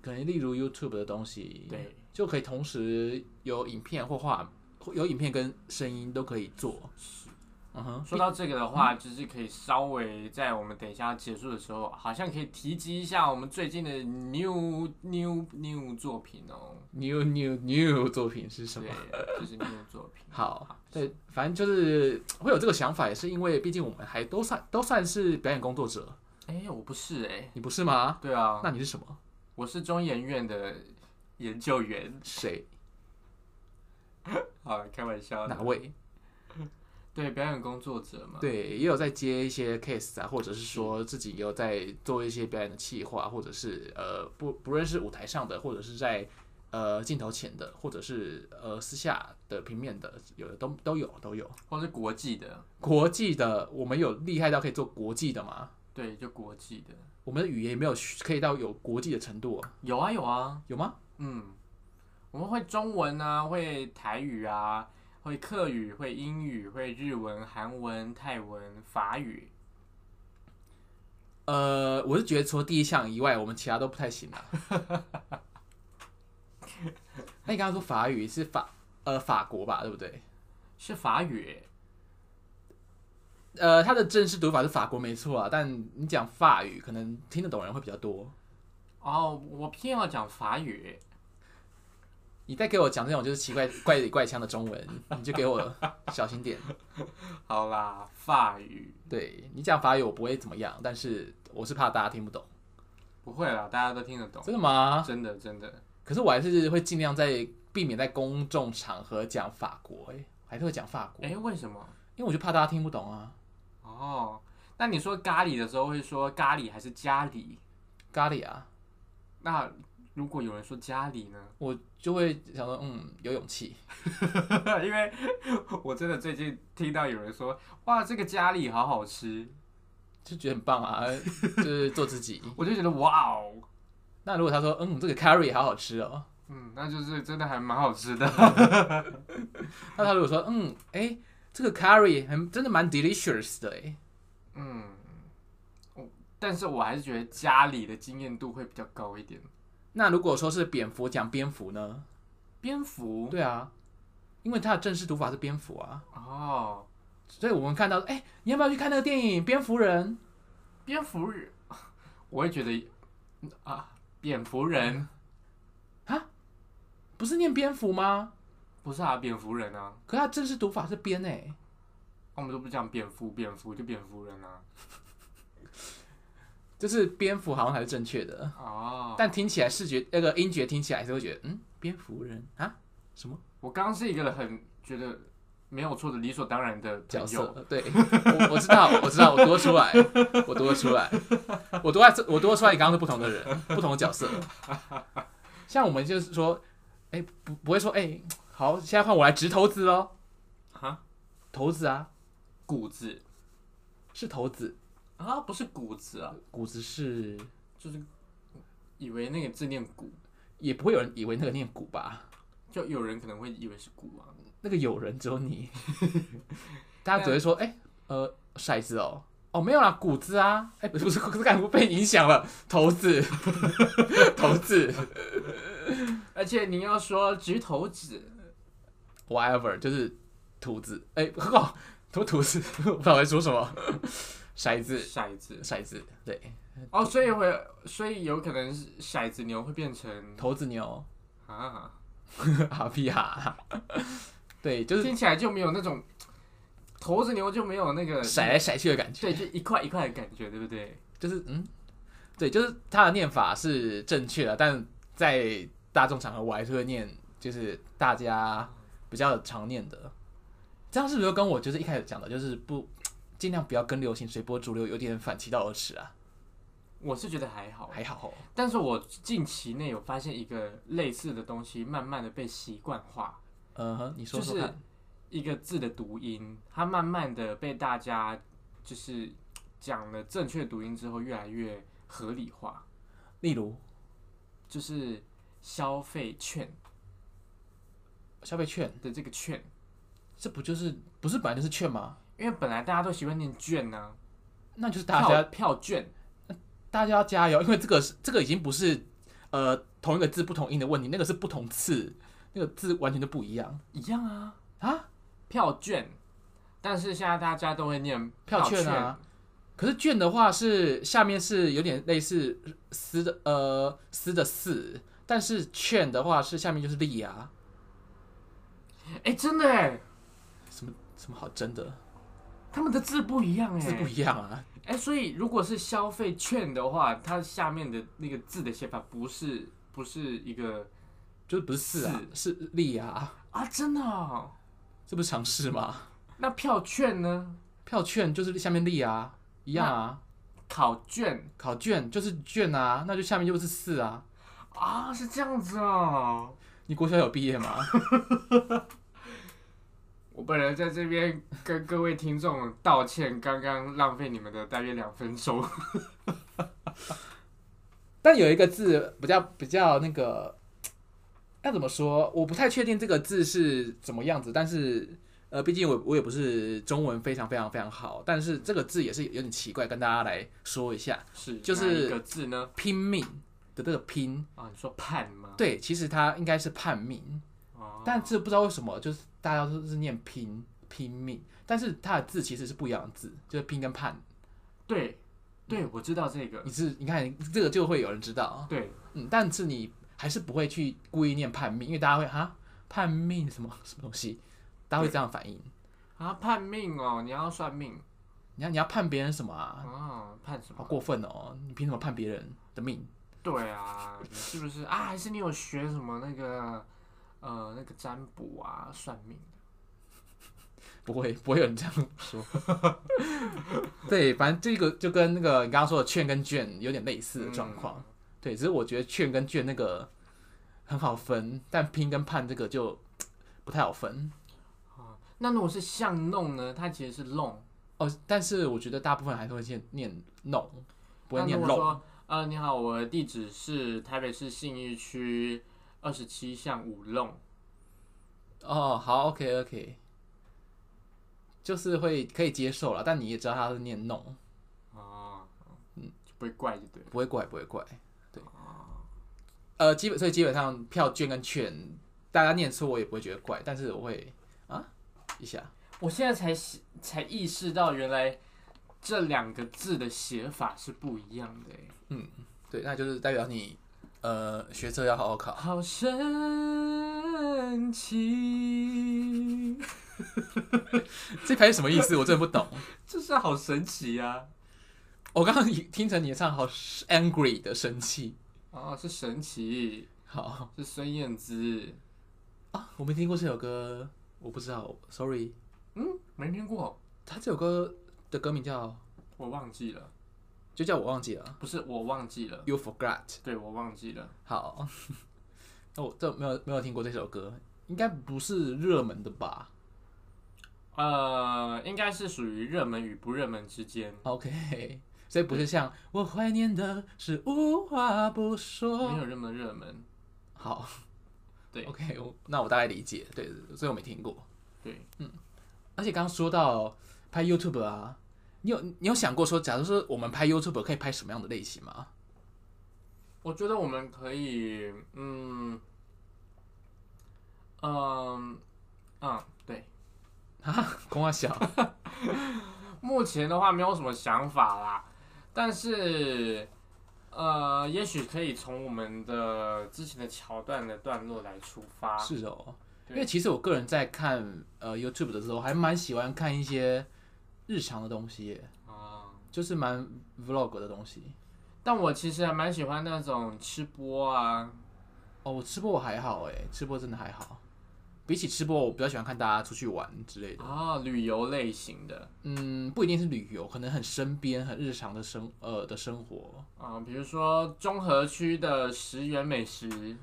S2: 可能例如 YouTube 的东西，，
S1: 对，
S2: 就可以同时有影片或画，有影片跟声音都可以做。嗯哼，
S1: 说到这个的话，就是可以稍微在我们等一下结束的时候，好像可以提及一下我们最近的 new new new 作品哦。
S2: new new new 作品是什么
S1: 对？，就是 new 作品。
S2: 好，对，反正就是会有这个想法，也是因为毕竟我们还都算都算是表演工作者，
S1: 哎、我不是哎、
S2: 你不是吗？
S1: 对啊，
S2: 那你是什么？
S1: 我是中研院的研究员。
S2: 谁？呃
S1: 好，开玩笑的。
S2: 哪位？
S1: 对，表演工作者嘛。
S2: 对，也有在接一些 case 啊，或者是说自己有在做一些表演的企划，或者是呃不不论是舞台上的，或者是在呃镜头前的，或者是呃私下的平面的，有的都都有都有。
S1: 或是国际的，
S2: 国际的，我们有厉害到可以做国际的吗？
S1: 对，就国际的。
S2: 我们的语言也没有可以到有国际的程度、啊，
S1: 有啊有啊，
S2: 有吗？
S1: 嗯，我们会中文啊，会台语啊，会客语，会英语，会日文、韩文、泰文、法语。
S2: 呃，我是觉得除了第一项以外，我们其他都不太行啊。那你刚刚说法语是法呃法国吧，对不对？
S1: 是法语欸，
S2: 呃，它的正式读法是法国没错啊，但你讲法语可能听得懂人会比较多。
S1: 哦，我偏要讲法语欸，
S2: 你再给我讲这种就是奇怪怪里怪腔的中文，你就给我小心点。
S1: 好啦，法语
S2: 对你讲法语我不会怎么样，但是我是怕大家听不懂。
S1: 不会啦，大家都听得懂，
S2: 真的吗？
S1: 真的真的，
S2: 可是我还是会尽量在避免在公众场合讲法国、欸，还是会讲法国，
S1: 哎，为什么？
S2: 因为我就怕大家听不懂啊。
S1: 哦，那你说咖喱的时候会说咖喱还是家里？
S2: 咖喱啊，
S1: 那如果有人说家里呢？
S2: 我就会想说，嗯，有勇气。
S1: 因为我真的最近听到有人说，哇，这个咖喱好好吃，
S2: 就觉得很棒啊， 就是做自己。
S1: 我就觉得哇哦，
S2: 那如果他说，嗯，这个 curry 好好吃哦，
S1: 嗯，那就是真的还蛮好吃 的。
S2: 那他如果说，嗯，哎、这个 curry 很真的蛮 delicious 的哎、
S1: 嗯，我但是我还是觉得家里的经验度会比较高一点。
S2: 那如果说是蝙蝠讲蝙蝠呢？
S1: 蝙蝠
S2: 对啊，因为它的正式读法是蝙蝠啊，
S1: 哦，
S2: 所以我们看到，哎、你要不要去看那个电影《蝙蝠人
S1: 蝙蝠人， 我会觉得
S2: 嗯
S1: 啊，蝙蝠人》？
S2: 不是念蝙蝠吗？
S1: 不是啊，蝙蝠人啊，
S2: 可是它正式读法是边哎、
S1: 我们都不讲蝙蝠，蝙蝠就蝙蝠人啊。
S2: 就是蝙蝠好像才是正确的，
S1: 哦，
S2: 但听起来视觉那个音觉听起来还是会觉得，嗯，蝙蝠人啊，什么
S1: 我刚刚是一个很觉得没有错的理所当然的朋
S2: 角
S1: 友
S2: 色？对，我我知道，我知道，我读得出来，我读得出来，我读得我读得出来，你刚刚是不同的人，不同的角色。像我们就是说，哎、不不会说，哎、好，现在换我来掷骰子哦，
S1: 啊，
S2: 骰子啊，
S1: 谷子
S2: 是骰子，
S1: 啊，不是谷子啊，
S2: 谷子是，
S1: 就是以为那个字念谷，
S2: 也不会有人以为那个念谷吧？
S1: 就有人可能会以为是谷啊。
S2: 那个有人只有你，大家只会说，哎、呃，骰子哦，哦，没有啦，谷子啊，哎、不是不是，不是，感觉被影响了，骰 子，骰子
S1: 而且你要说直头子，
S2: ，whatever，就是兔子，哎、 哦，什么兔子， 我不知道我在说什么，骰子，
S1: 骰子
S2: 骰子，对，
S1: 哦，所以会，所以有可能是骰子牛会变成
S2: 骰子牛，
S1: 啊，
S2: 哈皮哈，对，就是
S1: 听起来就没有那种头子牛就没有那个
S2: 骰来骰去的感觉。
S1: 对，就一块一块的感觉，对不对？
S2: 就是嗯，对，就是它的念法是正确的，但在大众场合我还是会念，就是大家比较常念的。这样是不是跟我就是一开始讲的，就是不尽量不要跟流行随波逐流，有点反其道而驰啊？
S1: 我是觉得还好，
S2: 还好哦，
S1: 但是我近期内有发现一个类似的东西，慢慢的被习惯化，
S2: 嗯哼，你说说
S1: 就
S2: 看，
S1: 是一个字的读音，它慢慢的被大家就是讲了正确读音之后，越来越合理化，
S2: 例如
S1: 就是消费券
S2: 消费券，
S1: 的这个券，
S2: 这不就是不是本来就是券吗？
S1: 因为本来大家都习惯念券呢、
S2: 那就是大
S1: 票
S2: 家
S1: 票券，
S2: 大家要加油，因为这个是这个已经不是呃同一个字不同音的问题，那个是不同次，那个字完全就不一样
S1: 一样啊，
S2: 啊。
S1: 票券，但是现在大家都会念
S2: 票券啊。可是券的话是下面是有点类似撕的呃撕的四，但是券的话是下面就是利啊，
S1: 券，哎、真的哎，
S2: 什么什么好争的，
S1: 他们的字不一样哎，
S2: 字不一样啊。
S1: 哎、所以如果是消费券的话，它下面的那个字的写法不是不是一个
S2: 就是不是四啊，是利啊，
S1: 啊，真的、哦？
S2: 这不是常识吗？
S1: 那票券呢？
S2: 票券就是下面利啊，一样啊。
S1: 考卷
S2: 考卷就是卷啊，那就下面就是四啊。
S1: 啊，是这样子哦。
S2: 你国小有毕业吗？
S1: 我本人在这边跟各位听众道歉，刚刚浪费你们的大约两分钟。
S2: 但有一个字比较比较那个，要怎么说？我不太确定这个字是怎么样子，但是呃，毕竟我我也不是中文非常非常非常好，但是这个字也是有点奇怪，跟大家来说一下，
S1: 是，
S2: 就是
S1: 哪一个字呢？
S2: 拼命的这个拼，
S1: 啊，你说盼吗？
S2: 对，其实它应该是叛命，
S1: 哦，
S2: 但这不知道为什么，就是大家都是念拼拼命，但是它的字其实是不一样的字，就是拼跟叛。
S1: 对，对，我知道这个。
S2: 嗯你是你看这个就会有人知道，
S1: 对，
S2: 嗯，但是你还是不会去故意念叛命，因为大家会哈叛命什么什么东西，大家会这样反应。
S1: 啊，判命哦，你要算命
S2: 你要你要判别人什么啊？
S1: 啊？判什
S2: 好
S1: 么？
S2: 过分哦！你凭什么判别人的命？
S1: 对啊，你是不是啊？还是你有学什么那个呃那个占卜啊、算命的？
S2: 不会不会有人这样说。 对，反正这个就跟那个你刚刚说的券跟卷有点类似的状况。对，只是我觉得券跟卷那个很好分，但拼跟判这个就不太好分
S1: 啊，那如果是巷弄呢？它其实是弄，
S2: 哦。但是我觉得大部分还是会念念弄，不会
S1: 那
S2: 念
S1: 如果
S2: 弄。
S1: 说呃，你好，我的地址是台北市信义区二十七巷五弄。
S2: 哦，好，OK OK，就是会可以接受了，但你也知道他是念弄，
S1: 哦，嗯，就不会怪就对了。
S2: 不会怪，不会怪，对。呃，基本所以基本上票券跟券，大家念错我也不会觉得怪，但是我会啊一下，
S1: 我现在才喜才意识到，原来这两个字的写法是不一样的欸。
S2: 对，那就是代表你呃学测要好好考。
S1: 好深深情，
S2: 这排是什么意思？我真的不懂。
S1: 就是好神奇啊！
S2: 我刚刚听成你唱好 angry 的生气，
S1: 哦，是神奇，
S2: 好
S1: 是孙燕姿，
S2: 啊，我没听过这首歌，我不知道，sorry。
S1: 嗯，没听过，
S2: 他这首歌的歌名叫
S1: 我忘记了，
S2: 就叫我忘记了
S1: 不是我忘记了，
S2: ，You Forgot。
S1: 对我忘记了，
S2: 好， 那我这没有没有听过这首歌，应该不是热门的吧
S1: 呃，应该是属于热门与不热门之间。
S2: ？OK，所以不是像我怀念的是无话不
S1: 没
S2: 说。
S1: 有那么热门，
S2: 好，
S1: 对
S2: ，OK，我那我大概理解，对，所以我没听过。嗯
S1: 对，
S2: 而且刚刚说到拍 YouTube 啊，你有你有想过说，假如说我们拍 YouTube 可以拍什么样的类型吗？
S1: 我觉得我们可以，嗯，嗯，嗯，对，
S2: 啊，空话小，嗯
S1: 目前的话没有什么想法啦，但是，呃，也许可以从我们的之前的桥段的段落来出发，
S2: 是哦，因
S1: 啊对
S2: 为其实我个人在看呃 YouTube 的时候，还蛮喜欢看一些日常的东西耶，
S1: 啊、
S2: 就是蛮 vlog 的东西。
S1: 但我其实还蛮喜欢那种吃播啊，
S2: 哦，我吃播我还好哎，吃播真的还好。比起吃播，我比较喜欢看大家出去玩之类的。
S1: 啊，旅游类型的，
S2: 嗯，不一定是旅游，可能很身边、很日常的生呃的生活。
S1: 啊、比如说中和区的十元美食，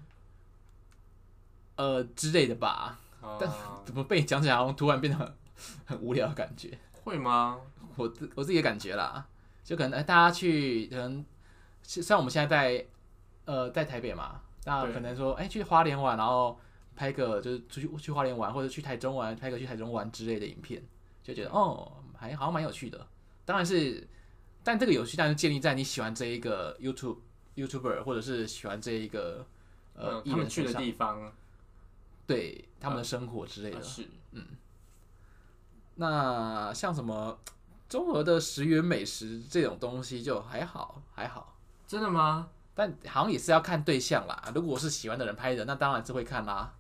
S2: 呃之类的吧。
S1: 啊、
S2: 但怎么被你讲起来，好像突然变得很 很无聊的感觉？
S1: 会吗？
S2: 我自我自己的感觉啦，就可能、呃、大家去，可能是像我们现在在呃在台北嘛，那
S1: 对
S2: 可能说哎、去花莲玩，然后拍个就是出去去花莲玩，或者去台中玩，拍个去台中玩之类的影片，就觉得哦还好像蛮有趣的。当然是，但这个有趣，但是建立在你喜欢这一个 YouTube YouTuber 或者是喜欢这一个呃
S1: 嗯，
S2: 艺
S1: 他们
S2: 人
S1: 去
S2: 身
S1: 的
S2: 上，
S1: 地方
S2: 对他们的生活之类的
S1: 啊。是
S2: 那像什么综合的十元美食这种东西就还好还好，
S1: 真的吗？
S2: 但好像也是要看对象啦。如果是喜欢的人拍的，那当然是会看啦。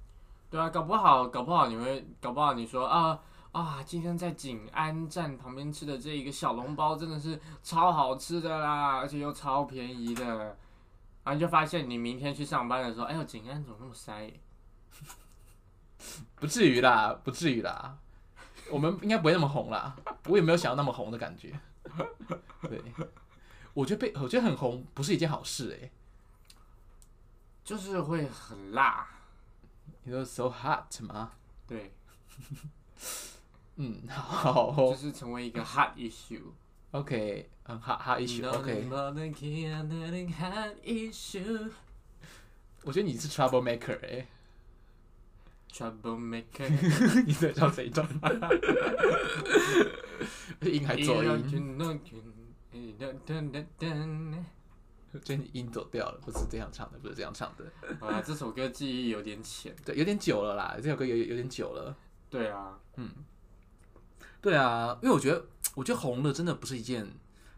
S1: 对啊，搞不好，搞不好你会，搞不好你说啊啊，今天在景安站旁边吃的这一个小笼包真的是超好吃的啦，而且又超便宜的，然后你就发现你明天去上班的时候，哎呦，景安怎么那么塞？
S2: 不至于啦，不至于啦，我们应该不会那么红啦。我也没有想要那么红的感觉。对，我觉得被我觉得很红不是一件好事欸诶、
S1: 就是会很辣，
S2: 你说 so hot 吗？
S1: 对，
S2: 嗯，好
S1: 就
S2: 哦
S1: 是成为一个 hot issue。
S2: ，OK，很 hot hot issue。OK，
S1: hot issue。
S2: 我觉得你是欸 trouble maker 诶、
S1: Trouble maker，
S2: 你在唱谁段？音还走音，
S1: 哎
S2: 最近音走掉了，不是这样唱的，不是这样唱的。
S1: 啊，这首歌记忆有点浅。
S2: 对，有点久了啦，这首歌有有点久了。
S1: 对啊，
S2: 对啊，因为我觉得，我觉得红了真的不是一件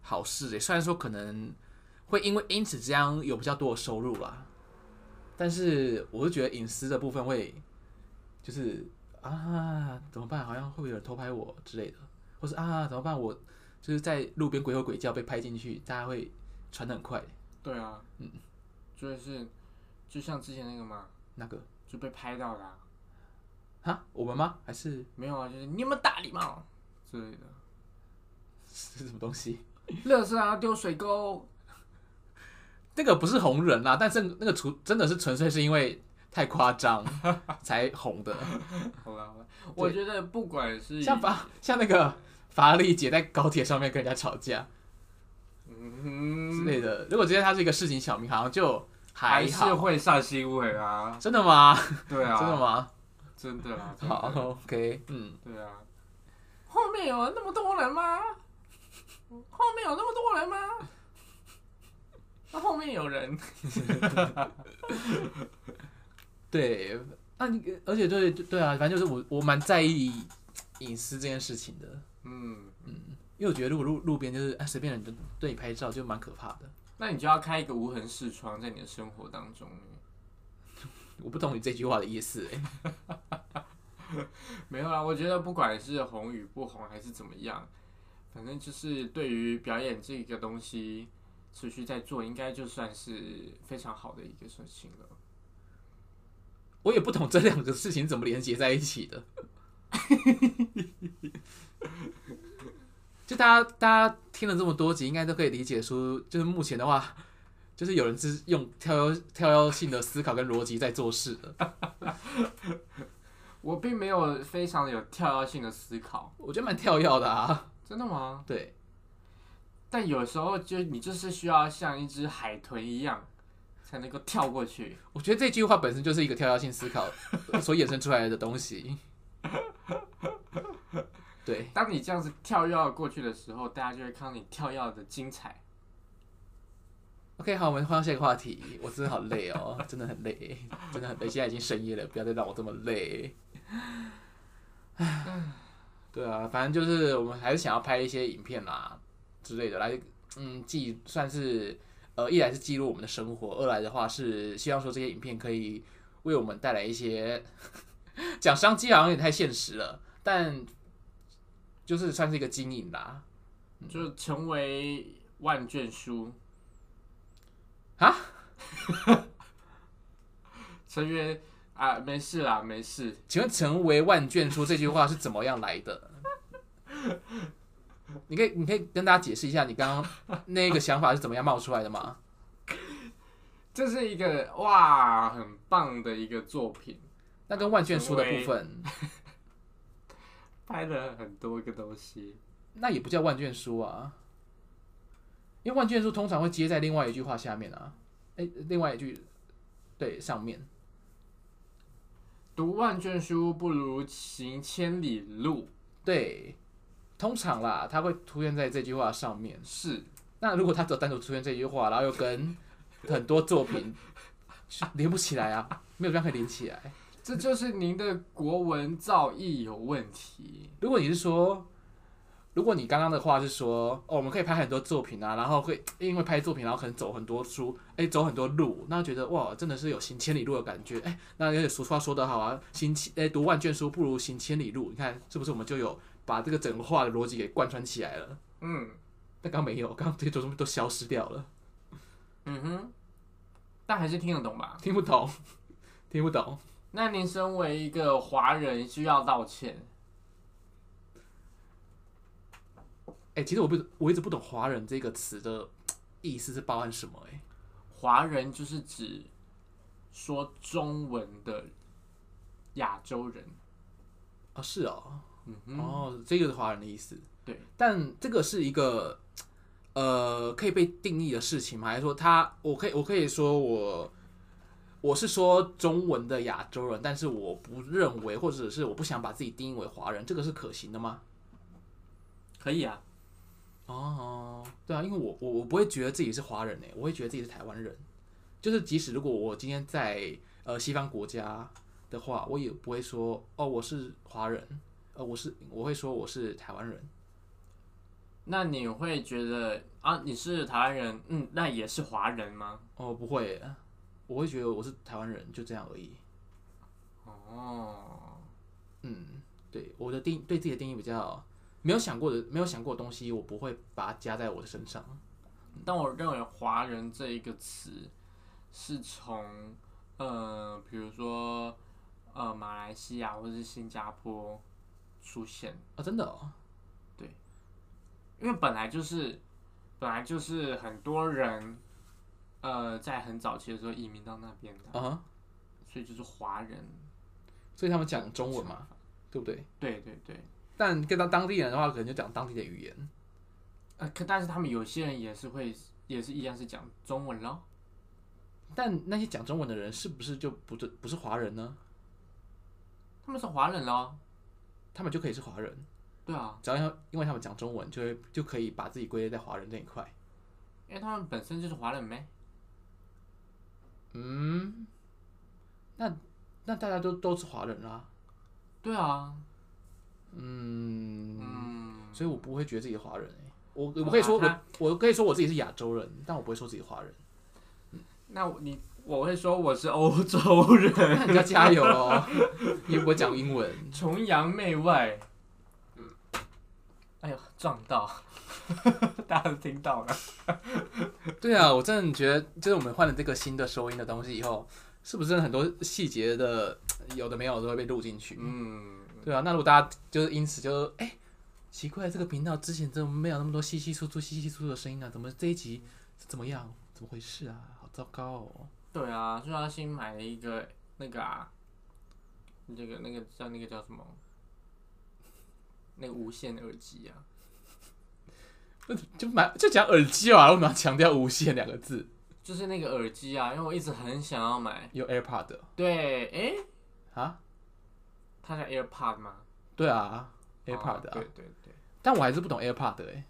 S2: 好事诶、欸虽然说可能会因为因此这样有比较多的收入啦，但是我就觉得隐私的部分会就是啊怎么办？好像会不会有人偷拍我之类的，或是啊怎么办？我就是在路边鬼吼鬼叫被拍进去，大家会传的很快。
S1: 对啊，嗯，就是就像之前那个嘛，
S2: 那个
S1: 就被拍到啦、
S2: 哈，我们吗？还是
S1: 没有啊，就是你有没有大礼貌之类的，
S2: 是什么东西？
S1: 垃圾啊丢水沟，
S2: 那个不是红人啦，但是那个纯真的是纯粹是因为太夸张才红的，
S1: 好啦，好啦我觉得不管是
S2: 像法像那个法拉利姐在高铁上面跟人家吵架 之
S1: 嗯，
S2: 类的。如果今天她是一个市井小民，好像就还
S1: 还是
S2: 好。
S1: 会上新闻啊，
S2: 真的吗？
S1: 对啊，
S2: 真的吗？
S1: 真的啊，真的
S2: 好，OK，嗯，
S1: 对啊。后面有那么多人吗？后面有那么多人吗？那后面有人，
S2: 对。那你而且对对啊，反正就是我我蛮在意隐私这件事情的，
S1: 嗯，
S2: 因为我觉得如果路路边就是哎随便人就对你拍照就蛮可怕的。
S1: 那你就要开一个无痕视窗在你的生活当中。
S2: 我不懂你这句话的意思、欸。
S1: 没有啊，我觉得不管是红与不红，还是怎么样，反正就是对于表演这个东西持续在做，应该就算是非常好的一个事情了。
S2: 我也不懂这两个事情怎么连接在一起的。 就大家大家听了这么多集，应该都可以理解出，就是目前的话，就是有人是用跳跃跳跃性的思考跟逻辑在做事的。
S1: 我并没有非常有跳跃性的思考，
S2: 我觉得蛮跳跃的啊。
S1: 真的吗？
S2: 对，
S1: 但有时候就你就是需要像一只海豚一样，才能够跳过去。
S2: 我觉得这句话本身就是一个跳跃性思考所衍生出来的东西。对，
S1: 当你这样子跳跃过去的时候，大家就会看到你跳跃的精彩。
S2: OK，好，我们换到下一个话题。我真的好累哦，真的很累，真的很累。现在已经深夜了，不要再让我这么累。对啊，反正就是我们还是想要拍一些影片啦之类的来，嗯，记算是呃，一来是记录我们的生活，二来的话是希望说这些影片可以为我们带来一些讲商机好像有点太现实了，但就是算是一个经营啦。
S1: 就成为万卷书
S2: 啊？
S1: 成员啊，没事啦，没事。
S2: 请问“成为万卷书”这句话是怎么样来的？你可以，你可以跟大家解释一下你刚刚那个想法是怎么样冒出来的吗？
S1: 这是一个哇，很棒的一个作品，
S2: 那跟万卷书的部分，
S1: 拍了很多个东西。
S2: 那也不叫万卷书啊，因为万卷书通常会接在另外一句话下面啊，哎、另外一句对上面。
S1: 读万卷书不如行千里路，
S2: 对，通常啦，它会出现在这句话上面。
S1: 是
S2: 那如果它只有单独出现这句话，然后又跟很多作品是连不起来啊，没有地方可以连起来。
S1: 这就是您的国文造诣有问题。
S2: 如果你是说，如果你刚刚的话是说，哦，我们可以拍很多作品啊，然后会因为拍作品，然后可能走很多书，哎，走很多路，那觉得哇，真的是有行千里路的感觉，哎，那有点俗话说得好啊，行千，哎，读万卷书不如行千里路，你看是不是我们就有把这个整个话的逻辑给贯穿起来了？
S1: 嗯
S2: 但刚刚没有，刚刚这些东西都消失掉了，
S1: 嗯哼，但还是听得懂吧？
S2: 听不懂， 听不懂。
S1: 那您身为一个华人，需要道歉。
S2: 哎，其实我不，我一直不懂“华人”这个词的意思是包含什么、哎，
S1: 华人就是指说中文的亚洲人。
S2: 哦，是哦，
S1: 嗯哼，
S2: 哦，这个是华人的意思。
S1: 对，
S2: 但这个是一个呃可以被定义的事情吗？还是说他我可以我可以说我我是说中文的亚洲人，但是我不认为或者是我不想把自己定义为华人，这个是可行的吗？
S1: 可以啊。
S2: 哦，对啊，因为我我我不会觉得自己是华人诶，欸我会觉得自己是台湾人。就是即使如果我今天在呃西方国家的话，我也不会说哦我是华人，呃我是我会说我是台湾人。
S1: 那你会觉得啊，你是台湾人，嗯，那也是华人吗？
S2: 哦，不会耶，我会觉得我是台湾人，就这样而已。
S1: 哦，
S2: 嗯，对，我的定对自己的定义比较没有想过的，没有想过的东西，我不会把它加在我的身上。
S1: 但我认为“华人”这一个词是从呃，比如说呃，马来西亚或是新加坡出现，
S2: 哦，真的哦，
S1: 因为本来就是本来就是很多人呃，在很早期的时候移民到那边的，
S2: 啊哈，
S1: 所以就是华人。
S2: 所以他们讲中文嘛，对不对？
S1: 对对对，
S2: 但跟到当地人的话，可能就讲当地的语言。
S1: 呃，可但是他们有些人也是会，也是一样是讲中文咯。
S2: 但那些讲中文的人是不是就不是不是华人呢？
S1: 他们是华人咯。
S2: 他们就可以是华人，
S1: 对啊，
S2: 只要要因为他们讲中文，就会就可以把自己归类在华人这一块。
S1: 因为他们本身就是华人没。
S2: 嗯，那那大家都都是华人啦、
S1: 对啊，
S2: 嗯，
S1: 嗯，
S2: 所以我不会觉得自己华人、欸、我我
S1: 好
S2: 可以说
S1: 吧
S2: 我我可以说我自己是亚洲人，但我不会说自己华人。
S1: 那我你我会说我是欧洲人，
S2: 那你要加油哦，也不会讲英文。
S1: 崇洋媚外。
S2: 嗯
S1: 哎呦，撞到， 大家都听到了。
S2: 对啊，我真的觉得，就是我们换了这个新的收音的东西以后，是不是真的很多细节的有的没有都会被录进去？
S1: 嗯，
S2: 对啊，那如果大家就是因此就哎、奇怪，这个频道之前怎么没有那么多稀稀疏疏、稀稀疏疏的声音啊？怎么这一集是怎么样？怎么回事啊？好糟糕哦！
S1: 对啊，就要新买了一个那个啊，那个那个叫那个叫什么？那个无线耳机啊，
S2: 就买就讲耳机啊，我们要强调“无线”两个字，
S1: 就是那个耳机啊，因为我一直很想要买。
S2: 有 AirPod 的
S1: 对，诶，
S2: 啊？
S1: 它叫 AirPod 吗
S2: 对啊，AirPod
S1: 哦
S2: 的啊、
S1: 对对对，
S2: 但我还是不懂 AirPod 哎、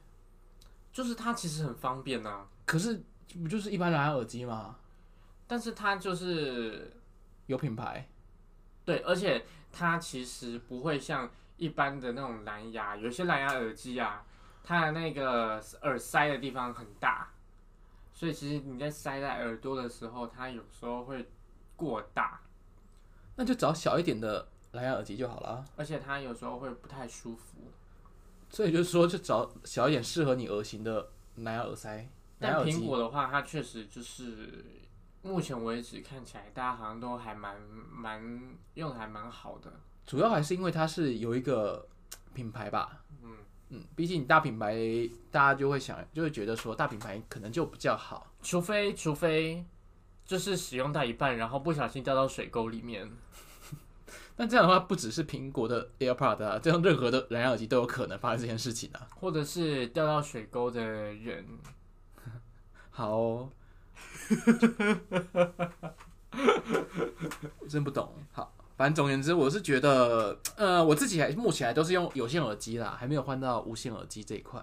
S1: 就是它其实很方便呐、啊
S2: 可是不就是一般蓝牙耳机吗？
S1: 但是它就是
S2: 有品牌
S1: 对，而且它其实不会像一般的那种蓝牙，有些蓝牙耳机啊，它的那个耳塞的地方很大，所以其实你在塞在耳朵的时候，它有时候会过大，
S2: 那就找小一点的蓝牙耳机就好了啊。
S1: 而且它有时候会不太舒服。
S2: 所以就是说，就找小一点适合你耳型的蓝牙耳塞、蓝牙
S1: 但
S2: 耳
S1: 苹
S2: 机。
S1: 果的话，它确实就是目前为止看起来，大家好像都还蛮蛮用的还蛮好的。
S2: 主要还是因为它是有一个嘖品牌吧。嗯嗯，毕竟大品牌，大家就会想，就会觉得说大品牌可能就比较好。
S1: 除非除非就是使用到一半，然后不小心掉到水沟里面。
S2: 但这样的话，不只是苹果的 AirPod 啊，这样任何的蓝牙耳机都有可能发生这件事情啊。
S1: 或者是掉到水沟的人，
S2: 好 哦、我真不懂。好，反正总而言之，我是觉得，呃，我自己还目前还都是用有线耳机啦，还没有换到无线耳机这一块。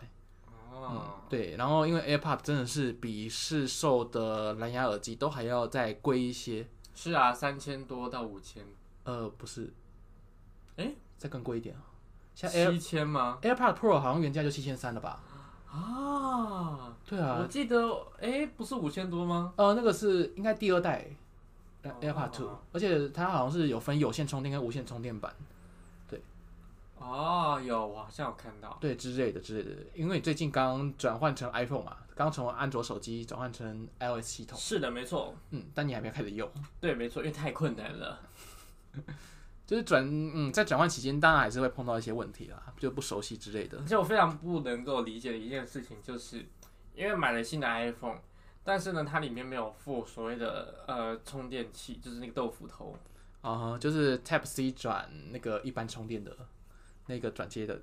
S1: 哦，
S2: 对，然后因为 AirPod 真的是比市售的蓝牙耳机都还要再贵一些，
S1: 是啊，三千多到五千，
S2: 呃，不是，
S1: 诶
S2: 再更贵一点啊，像 Air
S1: 七千吗？
S2: AirPod Pro 好像原价就七千三了吧？
S1: 啊，
S2: 对
S1: 我
S2: 啊，
S1: 记得，哎、不是五千多吗？
S2: 呃，那个是应该第二代呃
S1: 哦
S2: AirPod Two，、而且它好像是有分有线充电跟无线充电板，
S1: 哦，有，我好像有看到。
S2: 对之类的之类的。因为最近刚转换成 iPhone 嘛，刚从安卓手机转换成 iOS 系统，
S1: 是的，没错，
S2: 嗯，但你还没有开始用。
S1: 对，没错，因为太困难了。
S2: 就是转嗯，在转换期间，当然还是会碰到一些问题啦，就不熟悉之类的。
S1: 而且我非常不能够理解的一件事情，就是因为买了新的 iPhone，但是呢，它里面没有附所谓的呃充电器，就是那个豆腐头。
S2: 啊哈、就是 Type C 转那个一般充电的那个转接的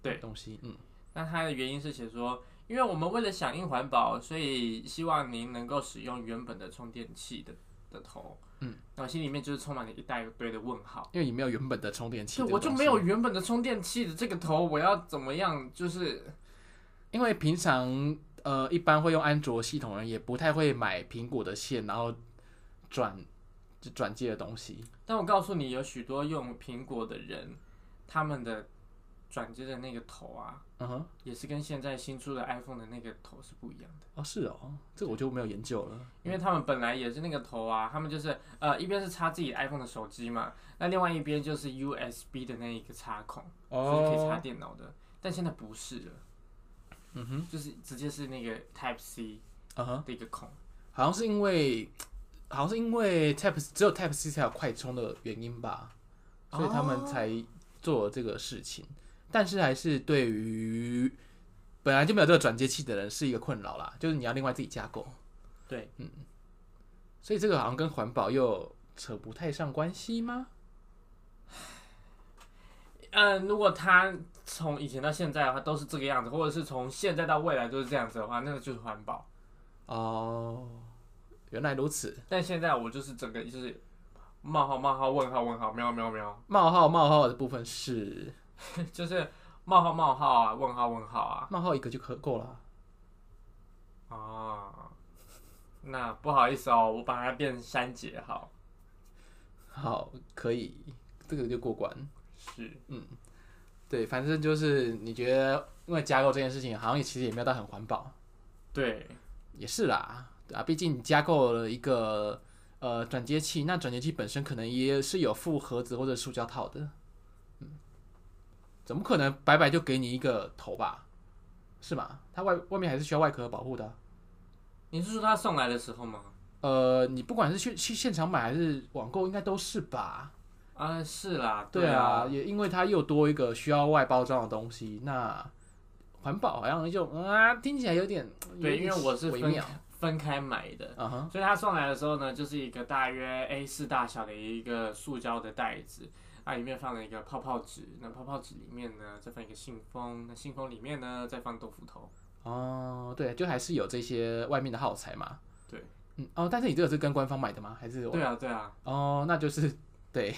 S1: 对
S2: 东西，嗯，
S1: 那它的原因是写说，因为我们为了响应环保，所以希望您能够使用原本的充电器的的头。嗯，那我心里面就是充满了一大堆的问号。
S2: 因为你没有原本的充电器
S1: 对，
S2: 这
S1: 我
S2: 个
S1: 就
S2: 东
S1: 没
S2: 西
S1: 有，原本的充电器的这个头，我要怎么样？就是
S2: 因为平常呃一般会用安卓系统的人也不太会买苹果的线，然后转就转接的东西，
S1: 但我告诉你，有许多用苹果的人，他们的转接的那个头啊，
S2: 嗯哼，
S1: 也是跟现在新出的 iPhone 的那个头是不一样的，
S2: 哦是哦，这个我就没有研究了，
S1: 因为他们本来也是那个头啊，他们就是呃一边是插自己 iPhone 的手机嘛，那另外一边就是 USB 的那一个插孔，就是可以插
S2: 哦，
S1: 电脑的，但现在不是了，
S2: 嗯哼，
S1: 就是直接是那个 Type C
S2: 嗯哼，
S1: 的一个孔。
S2: 好像是因为好像是因为 Type 只有 Type C 才有快充的原因吧，所以他们才做这个事情。但是还是对于本来就没有这个转接器的人是一个困扰啦，就是你要另外自己架构，
S1: 对，
S2: 所以这个好像跟环保又扯不太上关系吗？
S1: 嗯，如果它从以前到现在的话都是这个样子，或者是从现在到未来都是这样子的话，那个就是环保。
S2: 哦，原来如此。
S1: 但现在我就是整个就是冒号冒号问号问号喵喵喵，
S2: 冒号冒号的部分是
S1: 就是冒号冒号啊问号问号啊。
S2: 冒号一个就可够了啊。
S1: 哦，那不好意思哦，我把它变删节好。
S2: 好，可以，这个就过关。
S1: 是，
S2: 对，反正就是你觉得，因为加购这件事情，好像也其实也没有到很环保，
S1: 对，
S2: 也是啦，对啊，毕竟你加购了一个呃转接器，那转接器本身可能也是有附盒子或者塑胶套的，嗯，怎么可能白白就给你一个头吧？是吗？它外外面还是需要外壳保护的啊、
S1: 你是说他送来的时候吗？
S2: 呃，你不管是去去现场买还是网购，应该都是吧？
S1: 啊，是啦，
S2: 对
S1: 啊
S2: 啊，，也因为它又多一个需要外包装的东西，那环保好像就嗯啊，听起来有点
S1: 对，
S2: 有
S1: 因
S2: 点
S1: 为我是
S2: 微
S1: 分
S2: 妙
S1: 分开买的，
S2: 啊哈，
S1: 所以他送来的时候呢，就是一个大约 A 4大小的一个塑胶的袋子，啊，里面放了一个泡泡纸，那泡泡纸里面呢再放一个信封，那信封里面呢再放豆腐头。
S2: 哦，对，就还是有这些外面的耗材嘛。
S1: 对，
S2: 嗯，哦，但是你这个是跟官方买的吗？还是
S1: 对啊，对啊。
S2: 哦，那就是对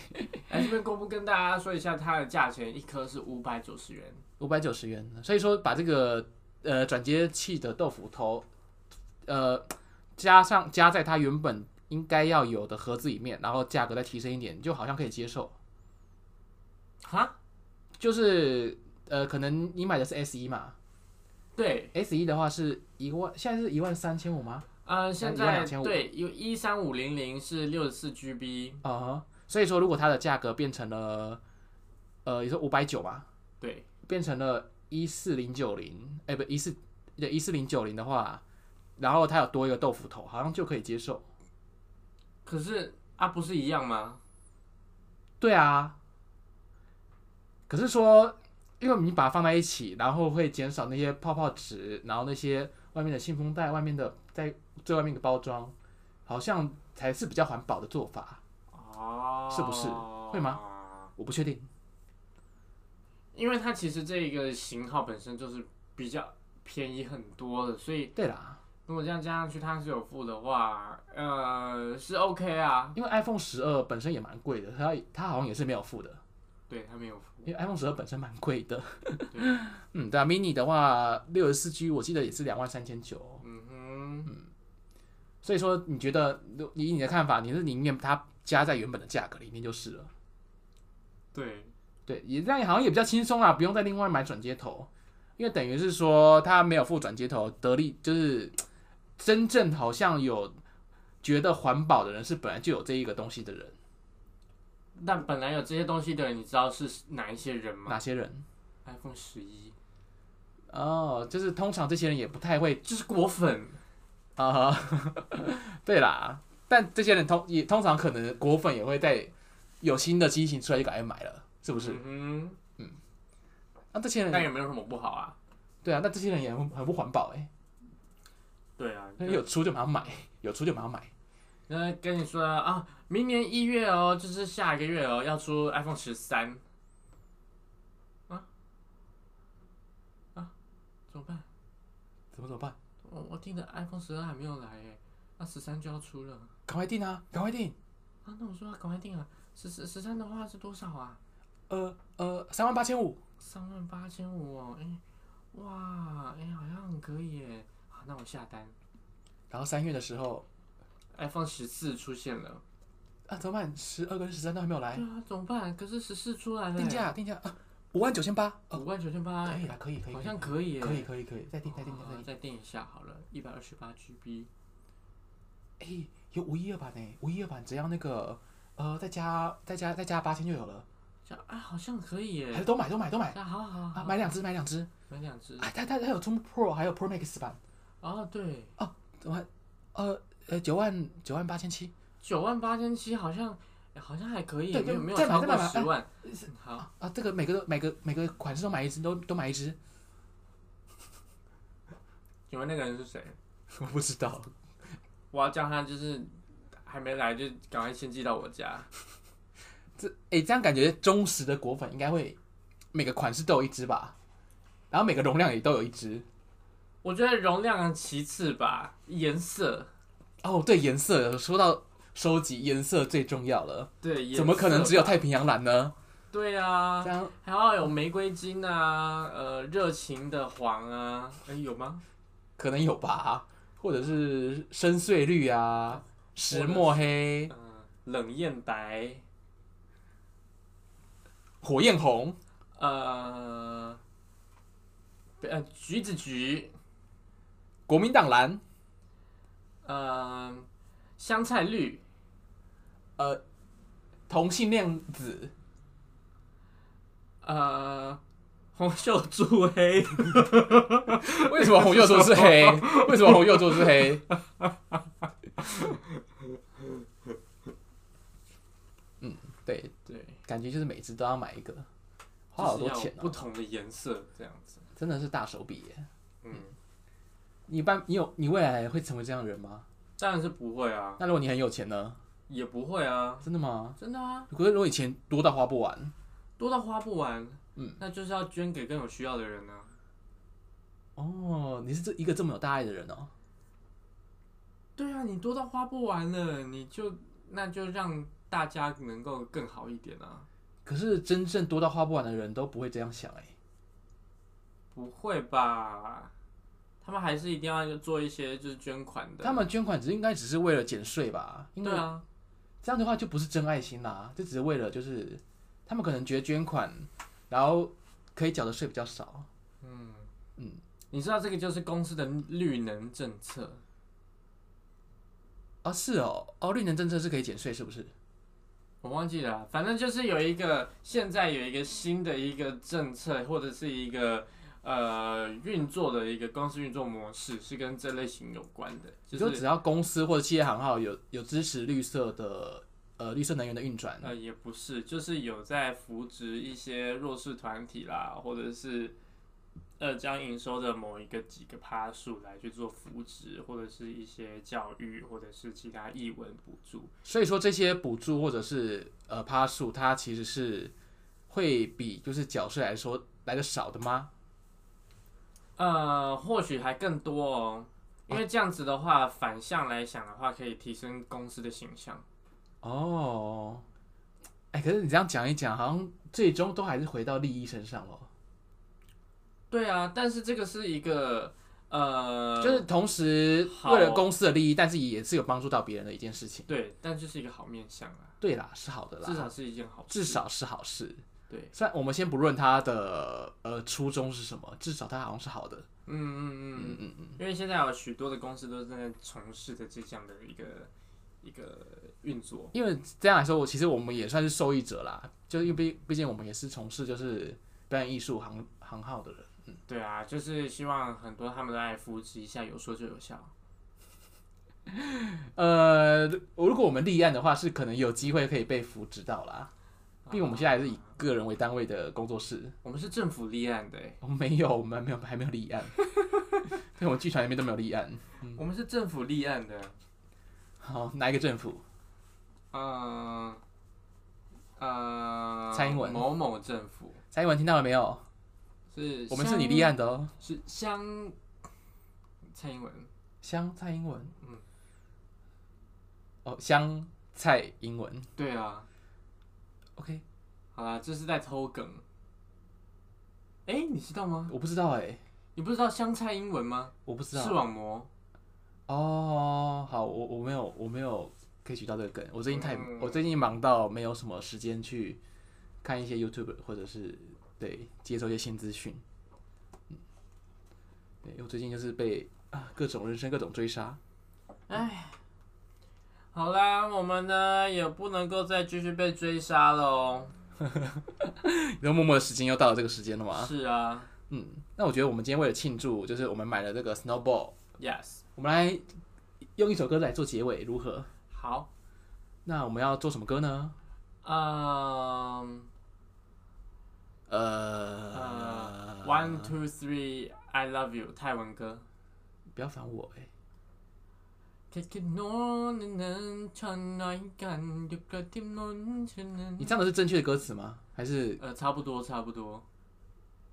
S1: 哎，这边公布跟大家说一下，它的价钱一颗是五百九十元。
S2: 五百九十元。所以说把这个呃转接器的豆腐头，呃加上加在它原本应该要有的盒子里面，然后价格再提升一点，就好像可以接受。
S1: 哈，
S2: 就是呃，可能你买的是 S 一嘛
S1: 对，
S2: ，S 一的话是一万，现在是一万三千五吗？
S1: 呃，现
S2: 那
S1: 在
S2: 12500
S1: 对有一三五零零是六十四 GB，
S2: 啊、所以说如果它的价格变成了呃，你说五百九嘛，
S1: 对，
S2: 变成了一四零九零，哎，不一四对一四零九零的话，然后它有多一个豆腐头，好像就可以接受。
S1: 可是啊，不是一样吗？
S2: 对啊，可是说，因为你把它放在一起，然后会减少那些泡泡纸，然后那些外面的信封袋、外面的在最外面的包装，好像才是比较环保的做法。
S1: 哦，
S2: 是不是会
S1: 吗？
S2: 我不确定。
S1: 因为它其实这一个型号本身就是比较便宜很多的，所以
S2: 对啦，
S1: 如果这样加上去，它是有付的话，呃，是 OK 啊。
S2: 因为 iPhone 十二本身也蛮贵的，它它好像也是没有付的，
S1: 对，它没有付。
S2: 因为 iPhone 十二本身蛮贵的
S1: 对。
S2: 嗯，对啊，mini 的话，六十四 G 我记得也是两万三千九，
S1: 嗯哼，
S2: 所以说你觉得以你的看法，你是宁愿它加在原本的价格里面就是了。
S1: 对，
S2: 对，也这样好像也比较轻松啊啦，不用再另外买转接头，因为等于是说他没有付转接头，得利就是真正好像有觉得环保的人是本来就有这一个东西的人，
S1: 但本来有这些东西的人，你知道是哪一些人吗
S2: 哪些人？
S1: ？iPhone 十一
S2: 哦，就是通常这些人也不太会
S1: 就是果粉，
S2: 啊、 对啦，但这些人通也通常可能果粉也会在有新的机型出来就赶快买了，是不是？
S1: 嗯
S2: 那、这些
S1: 哼，但
S2: 人
S1: 也没有什么不好啊。
S2: 对啊，那这些人也很很不环保哎、
S1: 对啊，
S2: 欸，有出就马上买，有出就马上买。
S1: 那跟你说啊，啊明年一月哦，就是下一个月哦，要出 iPhone 十三。啊啊，怎么办？
S2: 怎么怎么办？
S1: 我我订的 iPhone 十二还没有来哎，那十三就要出了
S2: 赶快订啊！赶快订！
S1: 啊！那我说赶快订啊，十十十三的话是多少啊？
S2: 呃呃，三万八千五。
S1: 三万八千五哦，哎、哇，哎、好像可以哎，啊，那我下单。
S2: 然后三月的时候
S1: iPhone 十四出现了，
S2: 啊，怎么办？十二跟十三都还没有来
S1: 对，啊，怎么办？可是十四出来了，
S2: 定价定价啊，五万九千八。
S1: 五万九千八
S2: 可，以啦，可以可以，
S1: 好像可以哎，
S2: 可以可以可以，再定再定
S1: 哦
S2: 再定。
S1: 再定一下好了，一百二十八 GB，
S2: 哎，有五一二版呢，五一二版只要那个呃，再加再加再加八千就有了，
S1: 这样啊好像可以
S2: 还是
S1: 耶，
S2: 都买都买都买
S1: 啊好好
S2: 嗯啊，
S1: 好，
S2: 买两只买两只。
S1: 买两只，
S2: 哎，它它它有出 Pro 还有 Pro Max 版，
S1: 哦对，
S2: 怎么还呃呃九万九万八千七，
S1: 九万八千七好像哎好像还可以耶，
S2: 对
S1: 没有
S2: 就
S1: 没有
S2: 再
S1: 超
S2: 买再
S1: 过
S2: 买吧
S1: 十万，好，
S2: 啊啊，这个每个都每个每个款式都买一只，都都买一只。
S1: 请问那个人是谁？
S2: 我不知道，
S1: 我要叫他就是还没来就赶快先寄到我家，
S2: 这哎、这样感觉忠实的果粉应该会每个款式都有一支吧，然后每个容量也都有一支。
S1: 我觉得容量其次吧，颜色
S2: 哦，对，颜色说到收集颜色最重要了，
S1: 对，
S2: 怎么可能只
S1: 有？
S2: 有太平洋蓝呢？
S1: 对啊
S2: 这，样
S1: 还要有玫瑰金啊，呃，热情的黄啊，哎、有吗？
S2: 可能有吧，或者是深邃绿啊、石墨黑
S1: 嗯、、冷艳白。
S2: 火焰红。
S1: 呃，不呃，橘子橘，
S2: 国民党蓝、
S1: 呃，香菜绿，
S2: 呃同性恋子，
S1: 呃，红袖助黑，
S2: 为什么红右座是黑？为什么红右座是黑？嗯，对，
S1: 对，
S2: 感觉就是每次都要买一个，花
S1: 就
S2: 好
S1: 是
S2: 多
S1: 要
S2: 钱
S1: 不
S2: 哦，
S1: 同的颜色这样子。
S2: 真的是大手笔耶！
S1: 嗯，
S2: 你一般你有你未来会成为这样的人吗？
S1: 当然是不会啊，
S2: 那如果你很有钱呢？
S1: 也不会啊，
S2: 真的吗？
S1: 真的啊，
S2: 可是如果你钱多到花不完，
S1: 多到花不完，
S2: 嗯，
S1: 那就是要捐给更有需要的人呢、啊。
S2: 哦，你是这一个这么有大爱的人哦，
S1: 对啊，你多到花不完了，你就那就让大家能够更好一点啊。
S2: 可是真正多到花不完的人都不会这样想哎。
S1: 不会吧？他们还是一定要做一些就是捐款的。
S2: 他们捐款只是应该只是为了减税吧？因为
S1: 对啊，
S2: 这样的话就不是真爱心啦，就只是为了就是他们可能觉得捐款，然后可以缴的税比较少。
S1: 嗯
S2: 嗯
S1: 嗯，你知道这个就是公司的绿能政策，
S2: 啊，是哦，哦，绿能政策是可以减税，是不是？
S1: 我忘记了啊，反正就是有一个现在有一个新的一个政策或者是一个呃运作的一个公司运作模式是跟这类型有关的，
S2: 就
S1: 就是
S2: 只要公司或者企业行号有有支持绿色的呃绿色能源的运转，
S1: 呃，也不是，就是有在扶植一些弱势团体啦，或者是呃将营收的某一个几个趴数来去做扶植，或者是一些教育，或者是其他译文补助。
S2: 所以说这些补助或者是呃趴数，它其实是会比就是缴税来说来的少的吗？
S1: 呃，或许还更多哦，因为这样子的话，反向来想的话，可以提升公司的形象。
S2: 哦，哎，可是你这样讲一讲，好像最终都还是回到利益身上了。
S1: 对啊，但是这个是一个呃，
S2: 就是同时
S1: 好
S2: 为了公司的利益，但是也是有帮助到别人的一件事情。
S1: 对，但就是一个好面相啊，
S2: 对啦，是好的啦，
S1: 至少是一件好事。
S2: 至少是好事。
S1: 对，
S2: 虽然我们先不论他的呃初衷是什么，至少他好像是好的。
S1: 嗯嗯嗯。
S2: 嗯嗯嗯，
S1: 因为现在有许多的公司都正在从事的这样的一个一个运作。
S2: 因为这样来说，我其实我们也算是受益者啦，就是因为毕毕竟我们也是从事就是表演艺术行行号的人。
S1: 对啊，就是希望很多他们都来扶持一下，有说就有啊笑。
S2: 呃，如果我们立案的话，是可能有机会可以被扶植到啦。毕竟我们现在还是以个人为单位的工作室，
S1: 我们是政府立案的、欸，
S2: 我们没有，我们没有，还没有立案。 对，我们剧团里面都没有立案。
S1: 我们是政府立案的。
S2: 好，哪一个政府？
S1: 嗯、呃，
S2: 蔡英文
S1: 某某政府
S2: 蔡英文听到了没有？
S1: 是
S2: 我们是你立案的哦。
S1: 香是香蔡英文
S2: 香蔡英文，
S1: 嗯
S2: 哦，香蔡英文
S1: 对啊，
S2: ，OK，
S1: 好啦，这是在偷梗。哎、你知道吗？
S2: 我不知道哎、
S1: 你不知道香蔡英文吗？
S2: 我不知
S1: 视
S2: 道。啊
S1: 网膜。
S2: 哦，好，我我没有我没有 catch 到这个梗，我最近太、
S1: 嗯
S2: 我最近忙到没有什么时间去看一些 YouTube 或者是对接收一些新资讯。嗯，对我最近就是被啊各种人生各种追杀，
S1: 好啦，我们呢也不能够再继续被追杀了哦。
S2: 然后默默的时间又到了这个时间了吗？
S1: 是啊
S2: 嗯，那我觉得我们今天为了庆祝，就是我们买了这个 Snowball。
S1: ，Yes，
S2: 我们来用一首歌来做结尾，如何？
S1: 好，
S2: 那我们要做什么歌呢？
S1: 嗯、
S2: 呃
S1: o n e two three，I love you，泰文歌。
S2: 不要烦我哎、
S1: 嗯
S2: 你唱的是正确的歌词吗？还是
S1: 呃，差不多，差不多，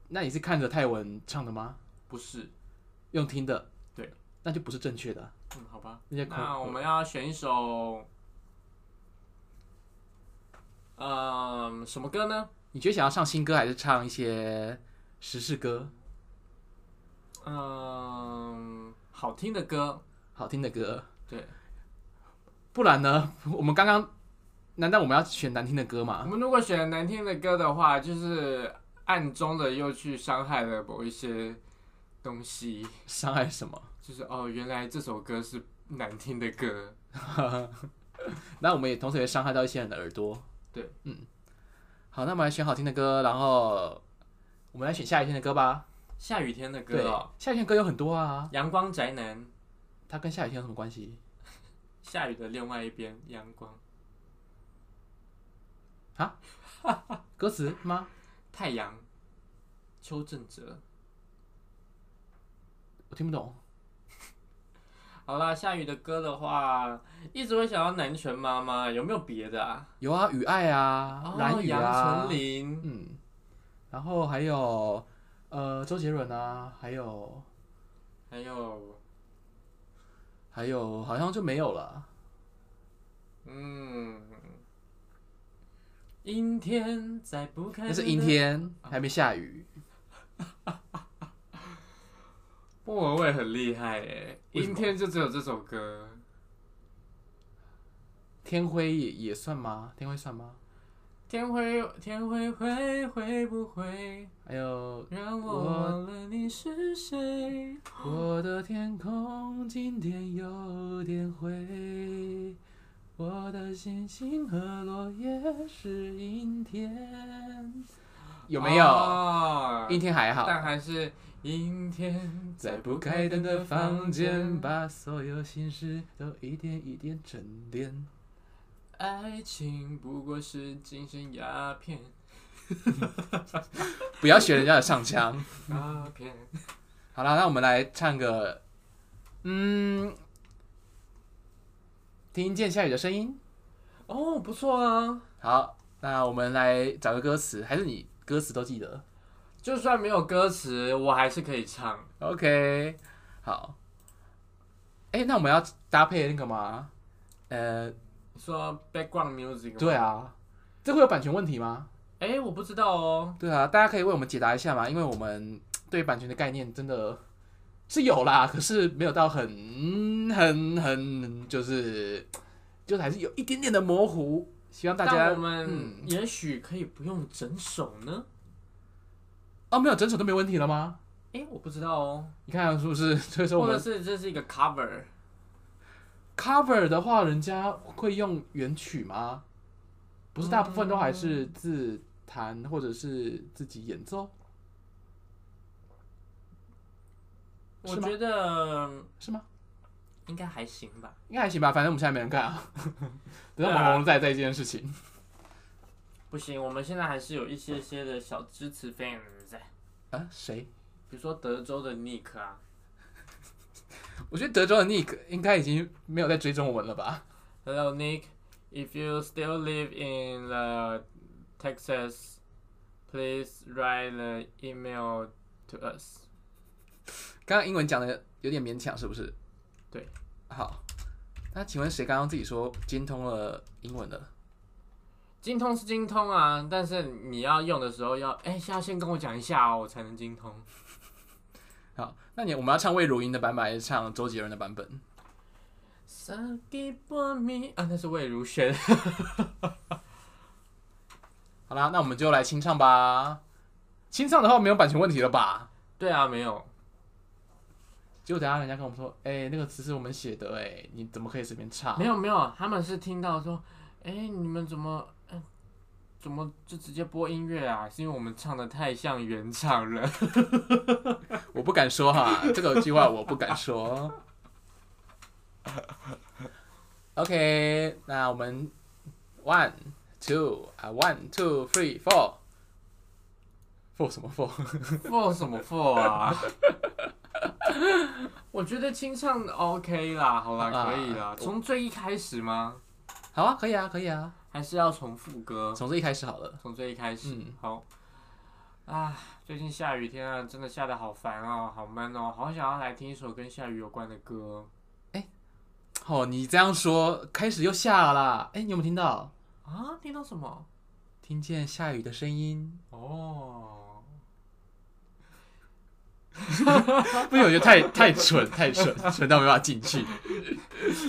S2: 那你是看着泰文唱的吗？
S1: 不是，
S2: 用听的？
S1: 对，
S2: 那就不是正确的。
S1: 嗯，好吧。
S2: 那就扣
S1: 那我们要选一首，嗯、什么歌呢？
S2: 你觉得想要唱新歌还是唱一些时事歌？
S1: 嗯、好听的歌，
S2: 好听的歌？
S1: 对。
S2: 不然呢？ 我们刚刚难道我们要选难听的歌
S1: 我
S2: 吗？
S1: 们如果选难听的歌的话，就是暗中的又去伤害了某一些东西，
S2: 伤害什么？
S1: 就是哦，原来这首歌是难听的歌，
S2: 那我们也同时也伤害到一些人的耳朵。
S1: 对，
S2: 嗯，好，那我们来选好听的歌，然后我们来选下雨天的歌吧。
S1: 下雨天的
S2: 对
S1: 歌哦，，
S2: 下雨天的歌有很多啊，
S1: 阳光宅男，
S2: 它跟下雨天有什么关系
S1: 下雨的另外一边，阳光，
S2: 啊？歌词吗？
S1: 太阳，邱正哲。
S2: 我听不懂。
S1: 好啦，下雨的歌的话，一直会想到南拳妈妈，有没有别的啊？
S2: 有啊，雨爱啊，蓝雨啊
S1: 哦杨，丞琳，
S2: 嗯，然后还有呃周杰伦啊，还有
S1: 还有，
S2: 还有好像就没有了。
S1: 嗯，阴天再不开，
S2: 那是阴。天，还没下雨。
S1: 莫文蔚很厉害诶，
S2: 为什
S1: 阴
S2: 么
S1: 天就只有这首歌。
S2: 天灰也也算吗？天灰算吗？
S1: 天会天会会会不会
S2: 还有
S1: 让我
S2: 我
S1: 忘了你是谁？
S2: 我的天空今天有点灰，我的星星和落叶是阴天。有没有？
S1: 啊
S2: 阴天还好。
S1: 但还是阴天，
S2: 在不开灯的房间，把所有心事都一点一点沉淀。
S1: 爱情不过是精神鸦片，
S2: 不要学人家的上腔。
S1: 鸦片。
S2: 好啦，那我们来唱个，嗯，听见下雨的声音。
S1: 哦，不错啊！
S2: 好，那我们来找个歌词，还是你歌词都记得
S1: 就算没有歌词，我还是可以唱。
S2: ？OK，好。哎、那我们要搭配那个吗？呃，
S1: 你说 background music？吗
S2: 对。啊，这会有版权问题吗？
S1: 哎、我不知道哦。
S2: 对啊，大家可以为我们解答一下嘛，因为我们对版权的概念真的是有啦， 可是没有到很很很，就是就是还是有一点点的模糊。希望大
S1: 但
S2: 家
S1: 我们
S2: 嗯
S1: 也许可以不用整首呢。
S2: 哦，没有整首都没问题了吗？
S1: 哎、我不知道哦。
S2: 你看是不是？ 所以说
S1: 或
S2: 我
S1: 者
S2: 们
S1: 是这是一个 cover，
S2: cover 的话，人家会用原曲吗？不是，大部分都还
S1: 嗯
S2: 是自弹或者是自己演奏，
S1: 我
S2: 是吗
S1: 觉得
S2: 是吗？
S1: 应该还行吧。
S2: 应该还行吧，反正我们现在没人干啊。
S1: 对
S2: 等到
S1: 啊
S2: 马龙再再这件事情。
S1: 不行，我们现在还是有一些些的小支持 fans，
S2: 啊，谁？
S1: 比如说德州的 Nick 啊，
S2: 我觉得德州的 Nick 应该已经没有在追踪我们了吧？
S1: Hello, Nick. If you still live in uh, Texas, please write an email to us.
S2: 刚刚英文讲的有点勉强，是不是？
S1: 对，
S2: 好。那请问谁刚刚自己说精通了英文的？
S1: 精通是精通啊，但是你要用的时候要，哎、要先跟我讲一下哦，我才能精通。
S2: 好，那你我们要唱魏如萱的版本，还是唱周杰伦的版本？
S1: Suck it for me 啊，那是魏如萱。
S2: 好啦，那我们就来清唱吧。清唱的话没有版权问题了吧？
S1: 对啊，没有，
S2: 结果等一下人家跟我们说，哎、那个词是我们写的、哎，你怎么可以随便唱
S1: 没？有，没有，他们是听到说，哎、你们怎么，嗯、怎么就直接播音乐啊？是因为我们唱的太像原唱了。
S2: 我不敢说 哈，这个计划我不敢说。OK，那我们 one two 啊 one two three four four 什么 four？
S1: for 什么 for 啊？我觉得清唱 OK 啦，好啦，
S2: 啊
S1: 可以啦。从最一开始吗？
S2: 好啊，可以啊，可以啊，
S1: 还是要从副歌？
S2: 从这一开始好了。
S1: 从最一开始。
S2: 嗯
S1: 好。啊，最近下雨天啊，真的下的好烦哦，好闷哦，好想要来听一首跟下雨有关的歌
S2: 哦，你这样说，开始又下了啦。哎、你有没有听到？
S1: 啊！听到什么？
S2: 听见下雨的声音？
S1: 哦，
S2: 不行，我觉得太太蠢， 太蠢，蠢到没办法进去。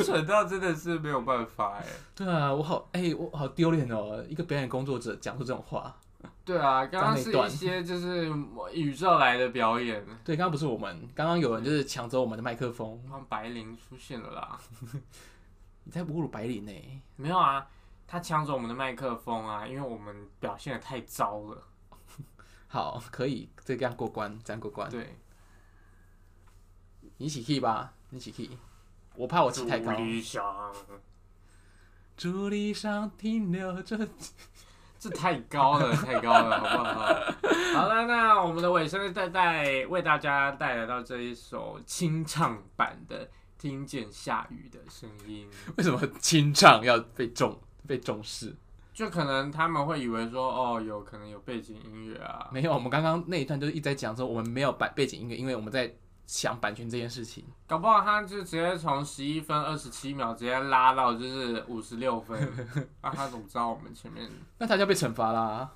S1: 蠢到真的是没有办法哎。
S2: 对啊，我好哎、我好丢脸哦，一个表演工作者讲出这种话。
S1: 对啊，刚刚
S2: 刚那
S1: 是一
S2: 段
S1: 些就是宇宙来的表演，
S2: 对，刚刚不是我们，刚刚有人就是抢走我们的麦克风。
S1: 然后白灵出现了啦。
S2: 你在侮辱白领呢、
S1: 没有啊，他抢走我们的麦克风啊，因为我们表现的太糟了。
S2: 好，可以这样过关，这样过关。
S1: 对，
S2: 你一起 key 吧，你一起 key。我怕我起太高。
S1: 朱理想，
S2: 竹篱上停留着。
S1: 这太高了，太高了，好不好？好了，那我们的尾声再带为大家带来到这一首清唱版的《听见下雨的声音》。
S2: 为什么清唱要被重被重视？
S1: 就可能他们会以为说，哦，有可能有背景音乐啊，
S2: 没有，我们刚刚那一段就是一直在讲说我们没有版背景音乐，因为我们在想版权这件事情。
S1: 搞不好他就直接从十一分二十七秒直接拉到就是五十六分， 那、他怎么知道我们前面
S2: 那他就要被惩罚啦，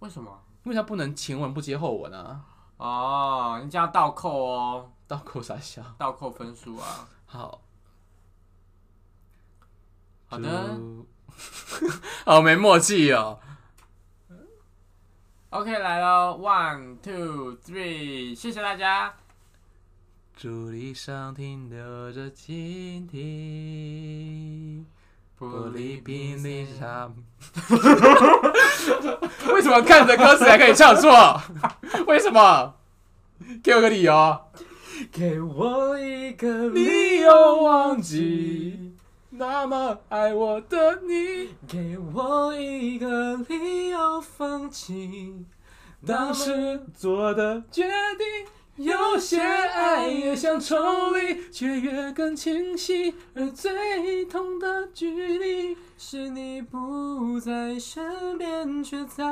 S1: 为什么？
S2: 因为他不能前文不接后文啊，
S1: 哦，人家倒扣哦，
S2: 倒扣傻笑。
S1: 倒扣分数啊。
S2: 好，
S1: 好的
S2: 祝， 好没默契哦。
S1: ，OK，来喽，one two three，谢谢大家，
S2: 竹篱上停留着蜻蜓，玻璃瓶里上。 为什么看着歌词还可以唱错？ 为什么？给我个理由。
S1: 给我一个
S2: 理由忘记，那么爱我的你，
S1: 给我一个理由放弃，
S2: 当时做的决定。有些爱越想抽离，却越更清晰，而最痛的距离。
S1: 是你不在身边，却在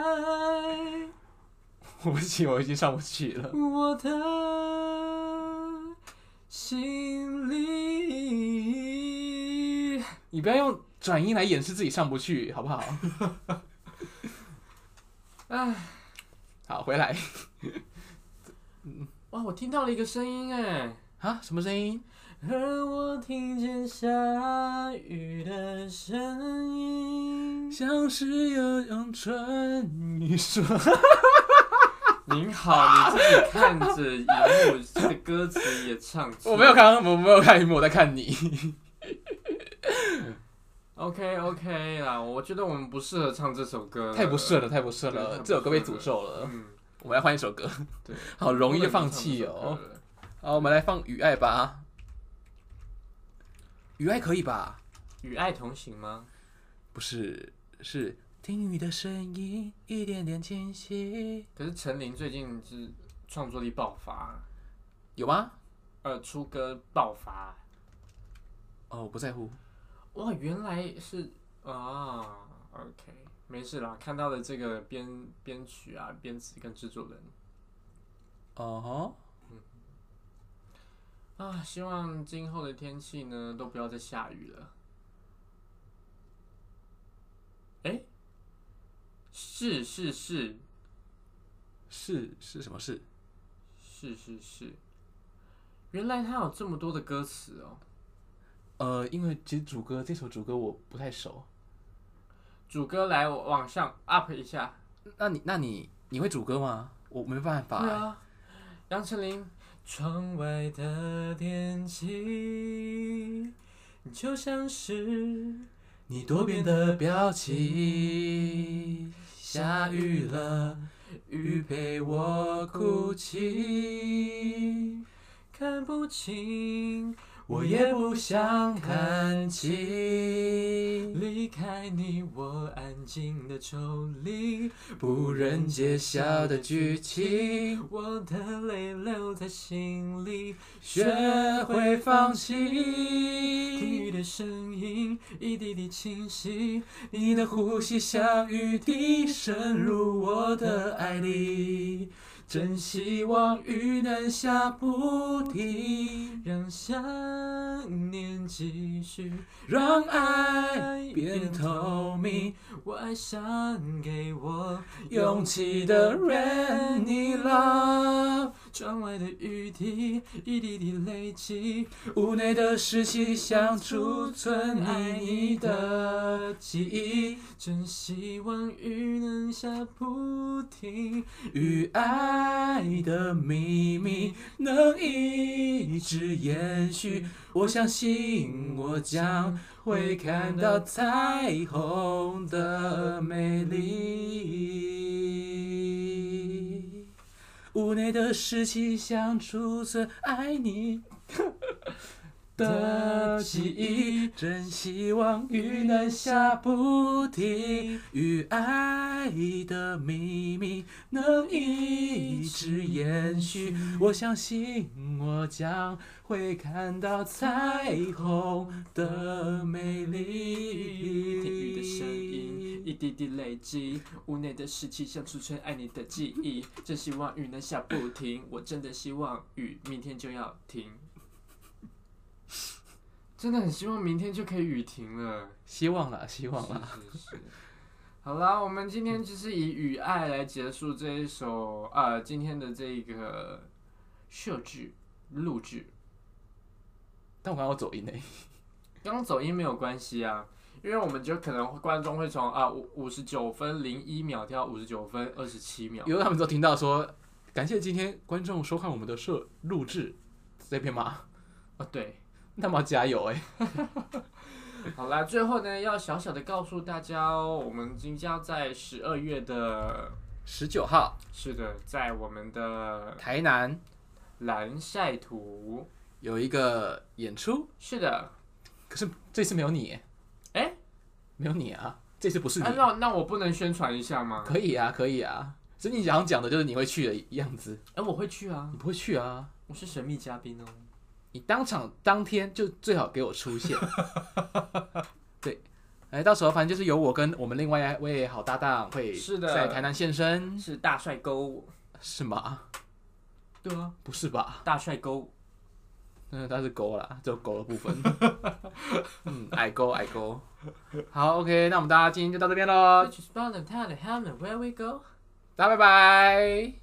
S2: 我不行，我已经上不去了。
S1: 我的心里。
S2: 你不要用转音来掩饰自己上不去，好不 好？
S1: 唉，
S2: 好，回来
S1: 哇，我听到了一个声音哎，
S2: 啊，什么声音？
S1: 而我听见下雨的声音。
S2: 像是有种唇语说。
S1: 您好，你自己看着荧幕的歌词也唱出来，
S2: 我没有看，我没有看荧幕，我在看你。
S1: OK OK 啦，我觉得我们不适合唱这首歌，
S2: 太不顺了，太不顺了，这首歌被诅咒了。
S1: 嗯，
S2: 我们来换一首歌，
S1: 对，
S2: 好容易就放弃哦。好，我们来放《雨爱》吧，《雨爱》可以吧？
S1: 与爱同行吗？
S2: 不是，是听雨的声音一点点清晰，
S1: 可是陈琳最近是创作力爆发，
S2: 有吗？
S1: 呃，出歌爆发。
S2: 哦，我不在乎。
S1: 哇，原来是啊，OK，没事啦。看到的这个编编曲啊、编词跟制作人
S2: 哦、
S1: 啊，希望今后的天气呢都不要再下雨了。哎、是是是
S2: 是是什么事？
S1: 是是是，原来他有这么多的歌词哦。
S2: 呃，因为其实主歌这首主歌我不太熟。
S1: 主歌来我往上 up 一下，
S2: 那你那你你会主歌吗？我没办法、欸
S1: 对啊，杨丞琳。窗外的天气就像是
S2: 你多变的表情，下雨了，雨陪我哭泣，
S1: 看不清，
S2: 我也不想看清，
S1: 离开你，我安静的抽离，
S2: 不忍揭晓的剧情，
S1: 我的泪留在心里，
S2: 学会放
S1: 听雨
S2: 弃。
S1: 的声音一滴滴清晰，
S2: 你的呼吸像雨滴渗入我的爱里，真希望雨能下不停。
S1: 让想念继续。
S2: 让爱变透明，，
S1: 我爱上给我
S2: 勇气的 rain，你 love，
S1: 窗外的雨滴一滴滴累积，
S2: 屋内的湿气
S1: 想
S2: 像
S1: 储
S2: 储
S1: 存
S2: 存
S1: 爱
S2: 爱
S1: 你
S2: 你的
S1: 的记
S2: 记
S1: 忆
S2: 忆。
S1: 真希望雨能下不停，
S2: 与爱的秘密能一直延续。我相信我将会看到彩虹的美丽。屋内的湿气像储存爱你的记忆，真希望雨能下不停，与爱的秘密能一直延续。我相信我将会看到彩虹的美丽。
S1: 听雨的声音，一滴滴累积，屋内的湿气像储存爱你的记忆。真希望雨能下不停，我真的希望雨明天就要停。真的很希望明天就可以雨停了。
S2: 希望啦，希望啦。
S1: 是是是。好啦，我们今天就是以《雨爱》来结束这一首呃今天的这个设置录制。
S2: 但我刚刚有走音呢。
S1: 刚走音没有关系啊，因为我们就可能观众会从啊五五十九分零一秒跳五十九分二十七秒。
S2: 因为他们都听到说，感谢今天观众收看我们的摄录制，这边吗？
S1: 哦，对，
S2: 那么加油哎、
S1: 好啦，最后呢要小小的告诉大家哦，我们即将在十二月的，
S2: 十九号
S1: 是的，在我们的
S2: 台南
S1: 蓝晒图，
S2: 有一个演出，
S1: 是的，
S2: 可是这次没有你欸，
S1: 哎
S2: 没有你啊，这次不是你，
S1: 啊、那那我不能宣传一下吗？
S2: 可以啊，可以啊。所以你想讲的就是你会去的样子，
S1: 哎、我会去啊，
S2: 你不会去啊？
S1: 我是神秘嘉宾哦。
S2: 你当场当天就最好给我 出现。对，哎，到时候反正就是由我跟我们另外一位好搭档会
S1: 是的
S2: 在台南现身，
S1: 是大帅哥，
S2: 是吗？
S1: 对啊，
S2: 不是吧？
S1: 大帅哥，
S2: 嗯，它是勾啦，就勾的部分。 嗯，矮勾矮勾。好，OK，那我们大家今天就到这边喽，
S1: Which is bottom town and heaven where we go.
S2: 大家拜拜。